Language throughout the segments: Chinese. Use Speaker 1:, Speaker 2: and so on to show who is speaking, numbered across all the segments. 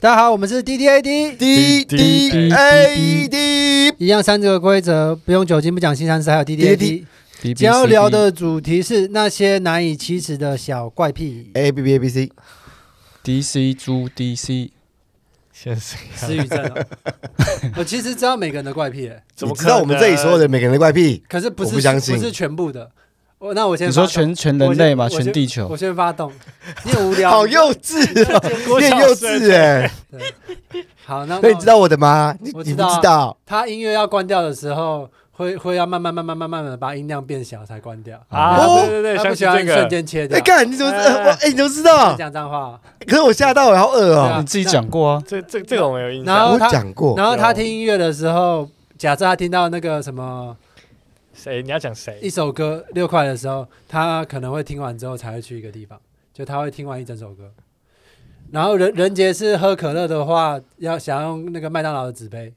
Speaker 1: 大家好，我们是 D D A D，
Speaker 2: D D A D，
Speaker 1: 一样三这个规则，不用酒精，不讲新三色，还有 D D A D。今
Speaker 3: DBCD
Speaker 1: 天要聊的主题是那些难以启齿的小怪癖。
Speaker 2: A B B A B C，
Speaker 3: DC 猪 DC，
Speaker 4: 先谁啊？
Speaker 1: 失语症哦， 我其实知道每个人的怪癖、欸，
Speaker 4: 怎
Speaker 2: 你
Speaker 4: 么
Speaker 2: 知道我们这里所有
Speaker 4: 的？
Speaker 2: 的每个人的怪癖？
Speaker 1: 可是不是
Speaker 2: 我不相信
Speaker 1: 是全部的。我那我先
Speaker 3: 你
Speaker 1: 发
Speaker 3: 说
Speaker 1: 动
Speaker 3: 全全人类嘛，
Speaker 1: 我先
Speaker 3: 全地
Speaker 1: 我
Speaker 3: 球，
Speaker 1: 先发动，你很无聊，
Speaker 2: 好幼稚哦，
Speaker 4: 国
Speaker 2: 你
Speaker 4: 小
Speaker 2: 很幼稚哎！
Speaker 1: 好，那
Speaker 2: 那你知道我的吗？你
Speaker 1: 我
Speaker 2: 你
Speaker 1: 知
Speaker 2: 不
Speaker 1: 道啊
Speaker 2: 知道？
Speaker 1: 他音乐要关掉的时候，会会要慢慢慢慢慢慢的把音量变小才关掉
Speaker 4: 啊
Speaker 1: 他不
Speaker 2: 哦
Speaker 4: 对对对
Speaker 1: 他不
Speaker 4: 相
Speaker 1: 喜
Speaker 4: 信
Speaker 1: 欢
Speaker 4: 这个
Speaker 1: 瞬间切掉
Speaker 2: 哎，。干，你怎么知
Speaker 4: 哎
Speaker 2: 我哎？你怎么知道？
Speaker 1: 讲脏话，
Speaker 2: 可是我吓到，我好恶
Speaker 1: 对啊
Speaker 2: 哦！
Speaker 3: 你自己讲过啊，
Speaker 4: 这这这种我有印
Speaker 1: 然
Speaker 4: 象。
Speaker 1: 后
Speaker 2: 我
Speaker 1: 他
Speaker 2: 讲过，
Speaker 1: 然后他听音乐的时候，假设他听到那个什么
Speaker 4: 谁？你要讲
Speaker 1: 一
Speaker 4: 谁？
Speaker 1: 首歌六块的时候，他可能会听完之后才会去一个地方，就他会听完一整首歌。然后人人杰是喝可乐的话，要想要用那个麦当劳的纸杯，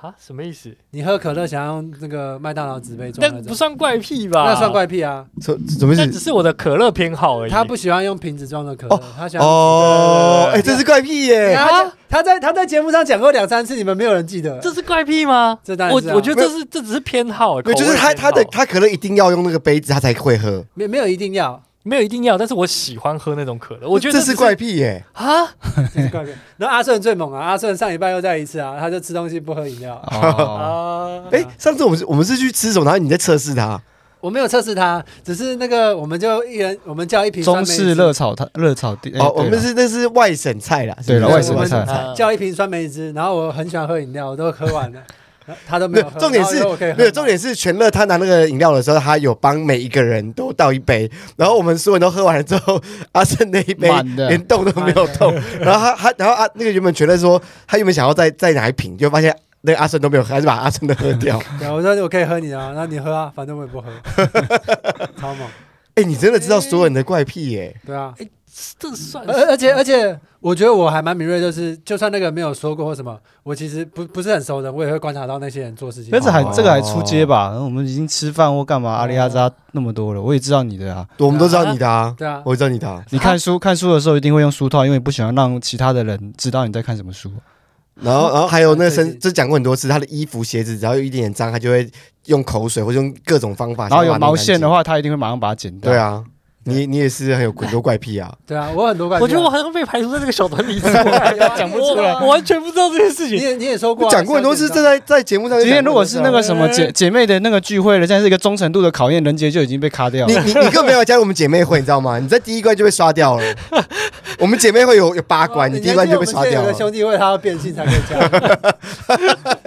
Speaker 4: 啊？什么意思？
Speaker 1: 你喝可乐想要用那个麦当劳纸杯装
Speaker 4: 那
Speaker 1: 那种
Speaker 4: 不算怪癖吧？
Speaker 1: 那算，怪癖啊！
Speaker 2: 什什么
Speaker 4: 那
Speaker 2: 意
Speaker 4: 只
Speaker 2: 思？
Speaker 4: 是我的可乐偏好而已。
Speaker 1: 他不喜欢用瓶子装的可乐，他喜欢
Speaker 2: 哦，
Speaker 4: 对
Speaker 2: 哎，这是怪癖耶！
Speaker 1: 他他在他在节目上讲过两三次，你们没有人记得。
Speaker 4: 这是怪癖吗？
Speaker 1: 这当然
Speaker 4: 我
Speaker 1: 是啊
Speaker 4: 我觉得这是这只是偏好，
Speaker 2: 没有，就是他他的他可乐一定要用那个杯子，他才会喝。
Speaker 1: 没没有一定要，
Speaker 4: 没有一定要，但是我喜欢喝那种可乐。我觉得
Speaker 2: 这
Speaker 4: 只
Speaker 2: 是怪癖耶！
Speaker 4: 啊，
Speaker 1: 这是怪癖。然后阿顺最猛啊，阿顺上礼拜又再一次啊，他就吃东西不喝饮料。
Speaker 3: 哦，
Speaker 4: 啊
Speaker 2: 哎，上次我们是我们是去吃什么，然后你在测试他，
Speaker 1: 我没有测试他，只是那个我们就一人我们叫一瓶酸梅
Speaker 3: 中
Speaker 1: 子
Speaker 3: 式热炒摊热炒店，哎
Speaker 2: 哦，我
Speaker 3: 对
Speaker 2: 们
Speaker 3: 了
Speaker 2: 是那是外省菜啦，
Speaker 3: 对
Speaker 2: 了
Speaker 3: 了
Speaker 1: 对
Speaker 3: 外省
Speaker 1: 我们
Speaker 3: 菜
Speaker 4: 啊
Speaker 1: 叫一瓶酸梅汁，然后我很喜欢喝饮料，我都喝完了，然后他都没
Speaker 2: 没
Speaker 1: 有
Speaker 2: 有
Speaker 1: 喝。，
Speaker 2: 重点是
Speaker 1: 然后我可以喝
Speaker 2: 没有，重点是全乐他拿那个饮料的时候，他有帮每一个人都倒一杯，然后我们所有人都喝完了之后，阿胜那一杯
Speaker 3: 满的
Speaker 2: 连动都没有动， 然后他他然后啊那个原本全乐说他原本想要再再拿一瓶，就发现那个阿胜都没有喝，还是把阿胜的喝掉。
Speaker 1: 对，我说我可以喝你啊，然后你喝啊，反正我也不喝，超猛，
Speaker 2: 哎、你真的知道所有人的怪癖耶、
Speaker 1: 对 啊。
Speaker 4: 这算
Speaker 1: 而而且而且，我觉得我还蛮敏锐，就是就算那个没有说过或什么，我其实不不是很熟的，我也会观察到那些人做事情。
Speaker 3: 但是还
Speaker 2: 哦
Speaker 3: 这个还出街吧？我们已经吃饭或干嘛，阿里阿扎那么多了，我也知道你的啊。
Speaker 2: 我们都知道你的啊，
Speaker 1: 对啊，
Speaker 2: 我知道你的、啊，
Speaker 3: 你看书看书的时候一定会用书套，因为你不喜欢让其他的人知道你在看什么书。
Speaker 2: 然后然后还有那个
Speaker 1: 对
Speaker 2: 身，
Speaker 1: 对
Speaker 2: 就讲过很多次，他的衣服鞋子只要有一点点脏，他就会用口水或者用各种方法，
Speaker 3: 然后有毛线的
Speaker 2: 话，
Speaker 3: 话，他一定会马上把它剪掉。
Speaker 2: 对，啊，你你也是很有很多怪癖啊。
Speaker 1: 对啊，我很多怪癖啊。
Speaker 4: 我觉得我好像被排除在这个小团体之
Speaker 1: 有啊
Speaker 4: 外，讲不出来，我完全不知道这件事
Speaker 1: 你
Speaker 4: 情。
Speaker 1: 也你也说过啊，
Speaker 2: 讲过很多次，
Speaker 1: 小姐
Speaker 2: 这在在节目上就
Speaker 3: 今天
Speaker 2: 讲
Speaker 3: 如
Speaker 2: 过很多
Speaker 3: 果
Speaker 2: 次
Speaker 3: 是
Speaker 2: 啊。
Speaker 3: 那个什么姐姐妹的那个聚会了，现在是一个忠诚度的考验，人杰就已经被卡掉了。
Speaker 2: 你你你根本没有加入我们姐妹会，你知道吗？你在第一关就被刷掉 了。我们姐妹会有有
Speaker 1: 哦
Speaker 2: 八关，啊你第一关就被刷掉
Speaker 1: 我们之前有个。
Speaker 2: 了
Speaker 1: 兄弟会，他要变性才可以加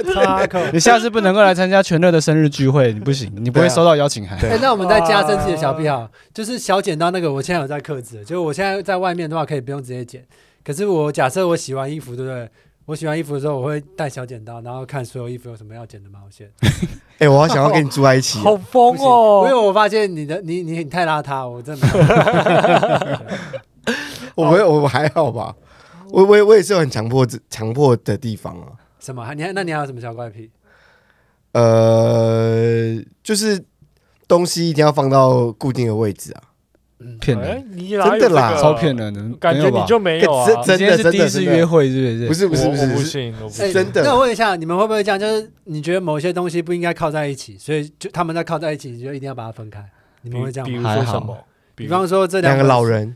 Speaker 1: 入。插口。
Speaker 3: 你下次不能够来参加全乐的生日聚会，你不行，你不会
Speaker 2: 对啊
Speaker 3: 收到邀请函。
Speaker 2: 对
Speaker 1: 哎，那我们再加深自己的小癖好，就是小剪刀那个，我现在有在克制，就是我现在在外面的话可以不用直接剪，可是我假设我洗完衣服，对不对？我洗完衣服的时候，我会带小剪刀，然后看所有衣服有什么要剪的毛 线。
Speaker 2: 哎，我好想要跟你住在一起。
Speaker 4: 好疯
Speaker 1: 不行因为
Speaker 4: 哦！
Speaker 1: 我发现你的你你你太邋遢，我真的没有。
Speaker 2: 我没有我还好吧？我我也我也是有很强迫强迫的地方啊。
Speaker 1: 什么？你还那你还有什么小怪癖？
Speaker 2: 呃，就是东西一定要放到固定的位置啊。
Speaker 1: 嗯
Speaker 3: 骗
Speaker 4: 哎
Speaker 3: 人，
Speaker 4: 你哪有
Speaker 2: 真的啦
Speaker 4: 这个
Speaker 3: 超骗人的，
Speaker 4: 感觉
Speaker 3: 没有吧
Speaker 4: 你就没有啊？
Speaker 2: 真
Speaker 3: 你今天是
Speaker 2: 真的
Speaker 3: 第一次
Speaker 2: 真的
Speaker 3: 约会，是不是？
Speaker 2: 不是不是
Speaker 4: 我
Speaker 2: 不
Speaker 4: 我不
Speaker 2: 是，
Speaker 4: 信，我不
Speaker 2: 是
Speaker 4: 信。
Speaker 2: 真的
Speaker 1: 哎那我问一下，你们会不会这样？就是你觉得某些东西不应该靠在一起，所以就他们在靠在一起，你就一定要把它分开。你
Speaker 4: 比
Speaker 1: 们会这样
Speaker 4: 比
Speaker 1: 吗？
Speaker 4: 如
Speaker 3: 还
Speaker 4: 说
Speaker 3: 好
Speaker 4: 什么？
Speaker 1: 比
Speaker 4: 如
Speaker 1: 方说这
Speaker 2: 两
Speaker 1: 两
Speaker 2: 个
Speaker 1: 本
Speaker 2: 老人，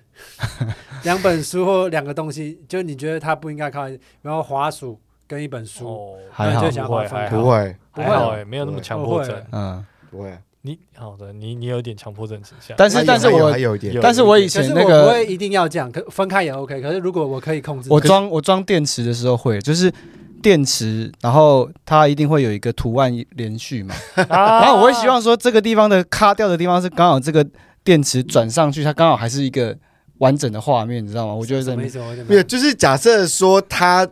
Speaker 1: 两本书或两个东西，就你觉得它不应该靠在一起，然后滑鼠跟一本书，
Speaker 4: 哦，
Speaker 3: 还
Speaker 1: 那
Speaker 3: 好
Speaker 1: 你就，想把它分
Speaker 4: 还
Speaker 1: 开。
Speaker 4: 好
Speaker 2: 不会
Speaker 1: 不
Speaker 4: 还
Speaker 1: 会
Speaker 4: 好
Speaker 1: 啊
Speaker 4: 哎，没有那么强
Speaker 1: 不
Speaker 4: 迫
Speaker 1: 会
Speaker 4: 症。
Speaker 3: 嗯，
Speaker 2: 不会。
Speaker 4: 你好的，你你有点强迫症倾向。
Speaker 3: 但是
Speaker 2: 还有
Speaker 3: 但是
Speaker 2: 还有
Speaker 3: 我
Speaker 2: 还有一点
Speaker 4: 有，
Speaker 3: 但是我以
Speaker 1: 可
Speaker 3: 前
Speaker 1: 是
Speaker 3: 那
Speaker 1: 我不
Speaker 3: 个
Speaker 1: 会一定要这样，可分开也 OK。可是如果我可以控制它，
Speaker 3: 我装我装电池的时候会，就是电池，然后它一定会有一个图案连续嘛，
Speaker 4: 然
Speaker 3: 然后我会希望说这个地方的卡掉的地方是刚好这个电池转上去，它刚好还是一个完整的画面，你知道吗？我就会在
Speaker 1: 什
Speaker 3: 那
Speaker 1: 么意
Speaker 3: 边
Speaker 1: 思？我有点
Speaker 2: 没
Speaker 4: 嗯
Speaker 2: 有，就是假设说他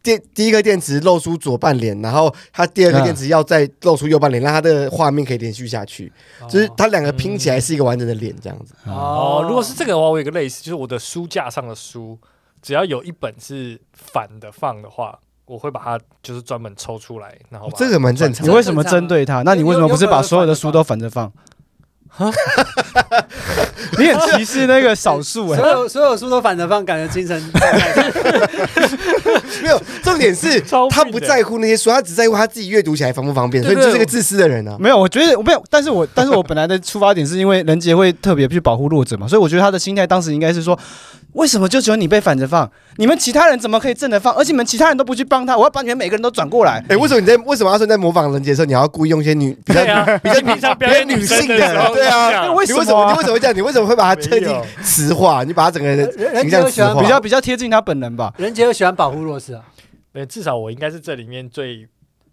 Speaker 2: 电第一个电池露出左半脸，然后他第二个
Speaker 3: 嗯
Speaker 2: 电池要再露出右半脸，让他的画面可以连续下去，就是
Speaker 1: 哦
Speaker 2: 它两个拼起来是一个完整的脸这样子。
Speaker 4: 哦，如果是这个的话，我有一个类似，就是我的书架上的书，只要有一本是反的放的话，我会把它就是专门抽出来，然后把
Speaker 2: 哦
Speaker 4: 它
Speaker 2: 这个蛮正
Speaker 4: 转
Speaker 2: 常
Speaker 3: 你
Speaker 2: 的。
Speaker 3: 为什么针对它？那你为什么不是把所有的书都反着放？你很歧视那个少数哎
Speaker 1: 所，有所有书都反着放，感觉精神
Speaker 2: 没有，重点是
Speaker 4: 超
Speaker 2: 他
Speaker 4: 屁
Speaker 2: 不
Speaker 4: 的
Speaker 2: 在乎那些书，他只在乎他自己阅读起来方不方便，所
Speaker 4: 对
Speaker 2: 以你就
Speaker 4: 对嗯
Speaker 2: 是个自私的人啊。
Speaker 3: 没有，我觉得我没有，但是我但是我本来的出发点是因为人杰会特别去保护弱者嘛，所以我觉得他的心态当时应该是说，为什么就只有你被反着放，你们其他人怎么可以正着放，而且你们其他人都不去帮他，我要把你们每个人都转过来。
Speaker 2: 哎，为什么你在为什么阿顺在模仿人杰的时候，你要故意用一些女比较
Speaker 4: 对啊，
Speaker 2: 比较
Speaker 4: 你平常表演
Speaker 2: 比较女
Speaker 4: 生
Speaker 2: 性的
Speaker 4: 的时候
Speaker 2: 对啊
Speaker 4: 这样
Speaker 3: 因为
Speaker 2: 你
Speaker 3: 为
Speaker 2: 为
Speaker 3: 什
Speaker 2: 什
Speaker 3: 么啊
Speaker 2: 么？你为什么会这样？你为什么会把它设
Speaker 4: 没
Speaker 2: 定
Speaker 4: 有
Speaker 2: 词化？你把他整个人
Speaker 1: 人人杰
Speaker 2: 形象
Speaker 1: 又喜
Speaker 2: 词
Speaker 1: 欢
Speaker 2: 化
Speaker 3: 比，较比较贴近他本人吧。
Speaker 1: 人杰又喜欢保护弱势啊。
Speaker 4: 对，至少我应该是这里面最，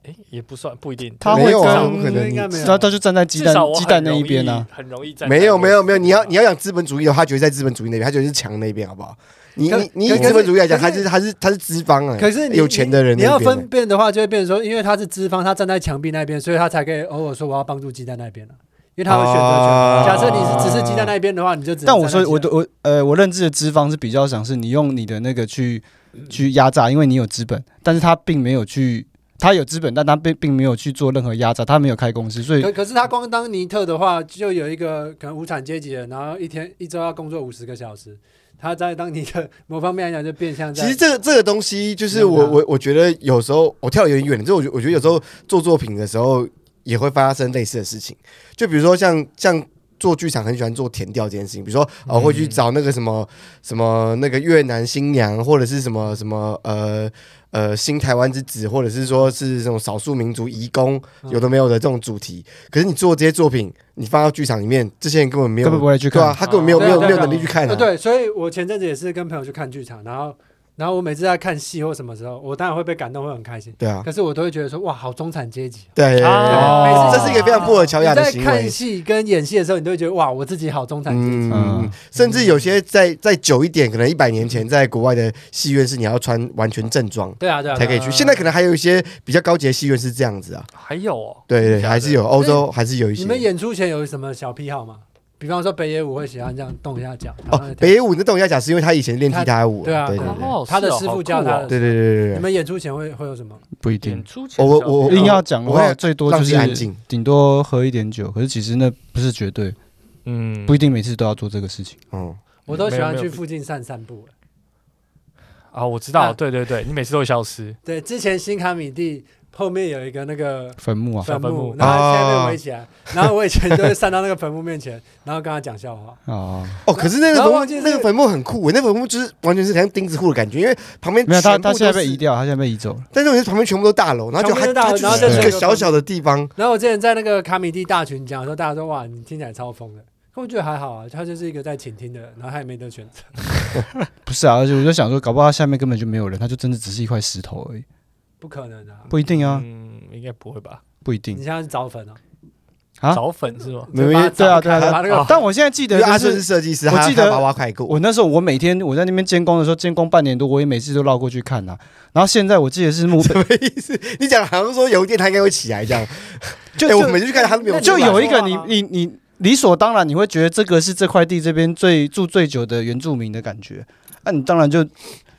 Speaker 4: 哎，也不算不一定，
Speaker 3: 他
Speaker 2: 没
Speaker 3: 会
Speaker 2: 有啊，
Speaker 3: 跟
Speaker 2: 不可能
Speaker 1: 嗯应
Speaker 2: 你
Speaker 1: 该。没有
Speaker 3: 他他就站在鸡
Speaker 4: 至
Speaker 3: 蛋
Speaker 4: 少我
Speaker 3: 鸡
Speaker 4: 很
Speaker 3: 蛋那
Speaker 4: 容
Speaker 3: 一边啊
Speaker 4: 易
Speaker 3: 呢、
Speaker 4: 很容易站在
Speaker 2: 啊没有没有没有，你要
Speaker 4: 那边
Speaker 2: 你要讲资本主义的话，他觉得在资本主义那边，他觉得是强那边，好不好？你
Speaker 1: 可
Speaker 2: 你你以
Speaker 1: 可是
Speaker 2: 资本主义来啊讲，
Speaker 1: 可
Speaker 2: 他
Speaker 1: 是
Speaker 2: 是他是他是资方哎，
Speaker 1: 可是你
Speaker 2: 有钱的人
Speaker 1: 你你要
Speaker 2: 那边
Speaker 1: 分辨的话，就会变成说，因为他是资方，他站在墙壁那边，所以他才可以偶尔说我要帮助鸡蛋那边了、因为他有选择
Speaker 2: 啊哦
Speaker 1: 权。假设你是只是鸡蛋那边的话，你就只能
Speaker 3: 但我
Speaker 1: 站在
Speaker 3: 说我
Speaker 1: 鸡
Speaker 3: 的
Speaker 1: 蛋
Speaker 3: 我呃，我认知的资方是比较想是你用你的那个去去压榨，因为你有资本，但是他并没有去，他有资本，但他并并没有去做任何压榨，他没有开公司，所以
Speaker 1: 可可是他光当尼特的话，就有一个可能无产阶级的，然后一天一周要工作五十个小时，他在当尼特某方面来讲就变相在。
Speaker 2: 其实这个这个东西，就是
Speaker 1: 嗯
Speaker 2: 我
Speaker 1: 啊
Speaker 2: 我我觉得有时候我跳的有点远了，就是我觉我觉得有时候做作品的时候也会发生类似的事情，就比如说像像。做剧场很喜欢做填调这件事情，比如说呃会去找那个什么什么那个越南新娘，或者是什么什么呃呃新台湾之子，或者是说是这种少数民族移工
Speaker 1: 嗯
Speaker 2: 有的没有的这种主题。可是你做这些作品，你放到剧场里面，这些人根本没有
Speaker 3: 根本不会去
Speaker 2: 对
Speaker 3: 看。
Speaker 2: 啊，他根本没有
Speaker 1: 啊
Speaker 2: 没有
Speaker 1: 对啊
Speaker 2: 没有
Speaker 1: 对啊
Speaker 2: 能力去看
Speaker 1: 呃
Speaker 2: 啊。
Speaker 1: 对，所以我前阵子也是跟朋友去看剧场，然后然后我每次在看戏或什么时候，我当然会被感动，会很开心。
Speaker 2: 对啊，
Speaker 1: 可是我都会觉得说，哇，好中产阶级哦。
Speaker 2: 对对对对
Speaker 4: 啊
Speaker 2: 对
Speaker 3: 哦
Speaker 2: 这是一个非常不合乔雅
Speaker 1: 你
Speaker 2: 的
Speaker 1: 在
Speaker 2: 行为
Speaker 1: 看。戏跟演戏的时候，你都会觉得哇，我自己好中产阶级。
Speaker 2: 嗯
Speaker 3: 嗯，
Speaker 2: 甚至有些在再久一点，可能一百年前在国外的戏院是你要穿完全正装
Speaker 1: 对啊，对啊，
Speaker 2: 才可以去，现在可能还有一些比较高级的戏院是这样子啊，
Speaker 4: 还有哦，
Speaker 2: 对对
Speaker 4: 真的假的
Speaker 2: 还是有欧洲还是有一
Speaker 1: 你
Speaker 2: 些。
Speaker 1: 们演出前有什么小癖好吗？比方说北野武会喜欢这样动一下脚。然后
Speaker 2: 哦，北野武那动一下脚是因为他以前练踢踏舞
Speaker 1: 呃
Speaker 2: 啊，
Speaker 1: 对啊
Speaker 2: 对对对
Speaker 4: 哦，
Speaker 1: 他的
Speaker 4: 是哦
Speaker 1: 师傅
Speaker 4: 好
Speaker 1: 教
Speaker 4: 酷
Speaker 1: 他
Speaker 4: 哦
Speaker 1: 的
Speaker 2: 对对对
Speaker 1: 你
Speaker 2: 对对
Speaker 1: 们演出前会会有什么？
Speaker 3: 不一定
Speaker 4: 演。出前
Speaker 2: 我
Speaker 4: 照片
Speaker 2: 我
Speaker 3: 嗯硬要讲的
Speaker 2: 我
Speaker 3: 话，
Speaker 2: 会
Speaker 3: 最
Speaker 2: 对，
Speaker 3: 多
Speaker 2: 让
Speaker 3: 就
Speaker 2: 自己安
Speaker 3: 是
Speaker 2: 静。
Speaker 3: 顶多喝一点酒，可是其实那不是绝对，
Speaker 4: 嗯
Speaker 3: 不一定每次都要做这个事情。
Speaker 2: 嗯，
Speaker 1: 我都喜欢
Speaker 4: 没有没
Speaker 1: 去
Speaker 4: 有
Speaker 1: 附近散散步。
Speaker 4: 啊，我知道，
Speaker 1: 啊
Speaker 4: 对对对，你每次都会消失，
Speaker 1: 对，之前新卡米蒂后面有一个那个
Speaker 3: 坟墓啊
Speaker 1: 坟
Speaker 4: 坟
Speaker 1: 墓
Speaker 4: 墓，
Speaker 1: 然后现在
Speaker 2: 哦
Speaker 1: 被围起来，然后我以前就会散到那个坟墓面前，然后跟他讲笑话。
Speaker 3: 啊，
Speaker 2: 哦，可是那个
Speaker 1: 然
Speaker 2: 坟
Speaker 1: 后
Speaker 2: 墓
Speaker 1: 忘记是
Speaker 2: 那个坟墓很酷，欸那坟墓就是完全是像钉子户的感觉，因为旁边
Speaker 3: 没有他，
Speaker 2: 全部
Speaker 3: 他现在
Speaker 2: 都
Speaker 3: 被
Speaker 2: 是
Speaker 3: 移，掉，他现在被移走了。
Speaker 2: 但是我旁边全部都大楼，然后就
Speaker 1: 全部都
Speaker 2: 它
Speaker 1: 大
Speaker 2: 它
Speaker 1: 楼
Speaker 2: 就
Speaker 1: 然
Speaker 3: 后
Speaker 2: 是
Speaker 3: 就
Speaker 2: 一
Speaker 3: 只
Speaker 2: 个
Speaker 1: 有一个
Speaker 2: 小小的地方，
Speaker 1: 然后我之前在那个卡米蒂大群讲的时候，大家说哇，你听起来超疯的。可我觉得还好啊，他就是一个在倾听的人，然后他也没得选择。
Speaker 3: 不是啊，而且我就想说，搞不好他下面根本就没有人，他就真的只是一块石头而已，
Speaker 1: 不可能啊！
Speaker 3: 不一定啊，
Speaker 4: 嗯，应该不会吧？
Speaker 3: 不一
Speaker 1: 你
Speaker 3: 定
Speaker 1: 现在是找粉哦，
Speaker 3: 啊
Speaker 4: 找粉是吗？
Speaker 2: 没
Speaker 1: 就
Speaker 2: 有
Speaker 1: 把它
Speaker 3: 对啊
Speaker 1: 凿开
Speaker 3: 对啊
Speaker 1: 把那
Speaker 4: 对
Speaker 1: 个
Speaker 4: 啊
Speaker 3: 但我现在记
Speaker 2: 因
Speaker 3: 得
Speaker 2: 为阿
Speaker 3: 就
Speaker 2: 顺是
Speaker 3: 是。
Speaker 2: 设计师，
Speaker 3: 我
Speaker 2: 他
Speaker 3: 记
Speaker 2: 他
Speaker 3: 得
Speaker 2: 把挖快过。
Speaker 3: 我那时候，我每天我在那边监工的时候，监工半年多，我也每次都绕过去看呐、然后现在我记 得是墓碑，
Speaker 2: 你讲好像说邮电他应该会起来这样，
Speaker 3: 就
Speaker 2: 哎我
Speaker 3: 就
Speaker 2: 每次去看他都没有
Speaker 1: 那
Speaker 3: 就
Speaker 2: 出来
Speaker 3: 有一个你
Speaker 1: 说话吗
Speaker 3: 你你理所当然你会觉得这个是这块地这边最住最久的原住民的感觉，那、你当然就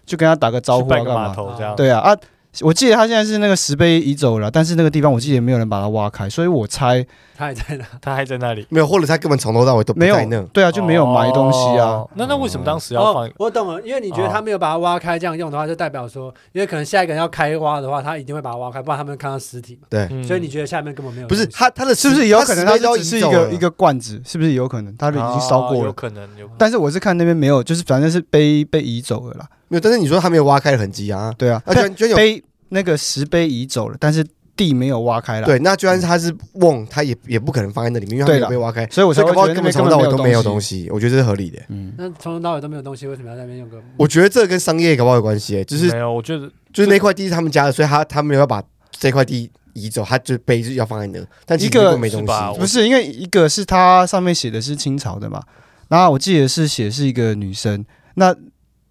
Speaker 3: 就跟他打个招
Speaker 4: 去
Speaker 3: 呼啊，
Speaker 4: 办
Speaker 3: 干
Speaker 4: 个码
Speaker 3: 嘛？
Speaker 4: 头这样，
Speaker 3: 对啊啊！我记得他现在是那个石碑移走了，但是那个地方我记得没有人把它挖开，所以我猜
Speaker 1: 他也在那，
Speaker 4: 他还在那里，
Speaker 2: 没有，或者他根本从头到尾都不
Speaker 3: 没有
Speaker 2: 在那。
Speaker 3: 对啊，就没有埋东西啊。
Speaker 4: 哦。那那为什么当时要放
Speaker 1: 哦，？我懂了，因为你觉得他没有把它挖开这样用的话，就代表说，因为可能下一个人要开挖的话，他一定会把它挖开，不然他们看到尸体嘛。
Speaker 2: 对，
Speaker 4: 嗯
Speaker 1: 所以你觉得下面根本没有
Speaker 2: 不
Speaker 1: 东西？
Speaker 2: 是他他的
Speaker 3: 是不是有可能它
Speaker 2: 他
Speaker 3: 就只是一个一个罐子？是不是有可能它已经烧
Speaker 4: 哦
Speaker 3: 过
Speaker 4: 有
Speaker 3: 了？
Speaker 4: 可能有可能。
Speaker 3: 但是我是看那边没有，就是反正是碑被移走了啦。
Speaker 2: 没有？但是你说他没有挖开的痕迹啊，
Speaker 3: 对啊，
Speaker 2: 那居然居然有
Speaker 3: 碑那个石碑移走了，但是地没有挖开了。，
Speaker 2: 对，那居然是他是瓮，他也也不可能放在那里面，因为他没有
Speaker 3: 对啦
Speaker 2: 被挖开，
Speaker 3: 所以我才
Speaker 2: 所以
Speaker 3: 会
Speaker 2: 搞不
Speaker 3: 觉
Speaker 2: 好
Speaker 3: 得那
Speaker 2: 根本
Speaker 3: 边
Speaker 2: 从头到尾都没有
Speaker 3: 西
Speaker 2: 东。西，我觉得这是合理的。
Speaker 3: 嗯，
Speaker 1: 那从头到尾都没有东西，为什么要在那边用个？
Speaker 2: 我觉得这跟商业搞不好有关系，就是
Speaker 4: 没有，我觉得
Speaker 2: 就是那块地是他们家的，所以他他们要把这块地移走，他就碑就要放在那，但其实
Speaker 3: 一个
Speaker 2: 根本没东
Speaker 4: 是吧
Speaker 2: 西。
Speaker 3: 嗯
Speaker 4: 我
Speaker 3: 不是，因为一个是它上面写的是清朝的嘛，然后我记得是写是一个女生，那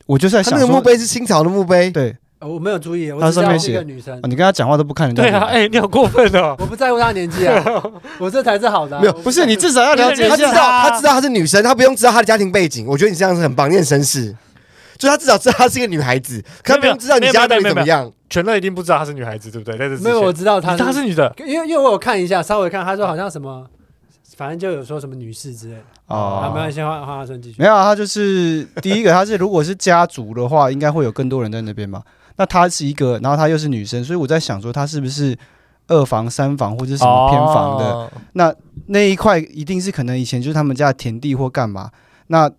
Speaker 3: 我就是在
Speaker 2: 他
Speaker 3: 想
Speaker 2: 那个墓
Speaker 3: 说，
Speaker 2: 碑是清朝的墓碑，
Speaker 3: 对、
Speaker 1: 呃我没有注意，我
Speaker 3: 它
Speaker 1: 只知
Speaker 3: 上
Speaker 1: 道
Speaker 3: 面
Speaker 1: 是一个
Speaker 3: 写
Speaker 1: 女生
Speaker 3: 啊，你跟他讲话都不看人家
Speaker 4: 对
Speaker 3: 脸，
Speaker 4: 啊，哎，你好过分哦！
Speaker 1: 我不在乎她的年纪啊，我这才是好的啊。
Speaker 2: 没有
Speaker 1: 我
Speaker 3: 不是你至少要了解
Speaker 2: 他
Speaker 3: 一
Speaker 2: 知道，
Speaker 3: 下。
Speaker 2: 他知道她是女生，他不用知道她的家庭背景。我觉得你这样是很棒，你很绅士。就他至少知道她是一个女孩子，可他不用知道你家到底怎么样。
Speaker 4: 全乐一定不知道她是女孩子，对不对？在这之
Speaker 1: 没有，我
Speaker 4: 前，
Speaker 1: 知道她
Speaker 4: 她是女的，
Speaker 1: 因为因为我有看一下，稍微看，他说好像什么反正就有说什么女士之类的。啊，没
Speaker 3: 哦。
Speaker 1: 关系，换换阿顺继续。
Speaker 3: 没有啊，他就是第一个，他是如果是家族的话，应该会有更多人在那边嘛。那他是一个，然后他又是女生，所以我在想说，他是不是二房、三房或者是什么偏房的？
Speaker 4: 哦
Speaker 3: 那一块一定是可能以前就是他们家的田地或干嘛，那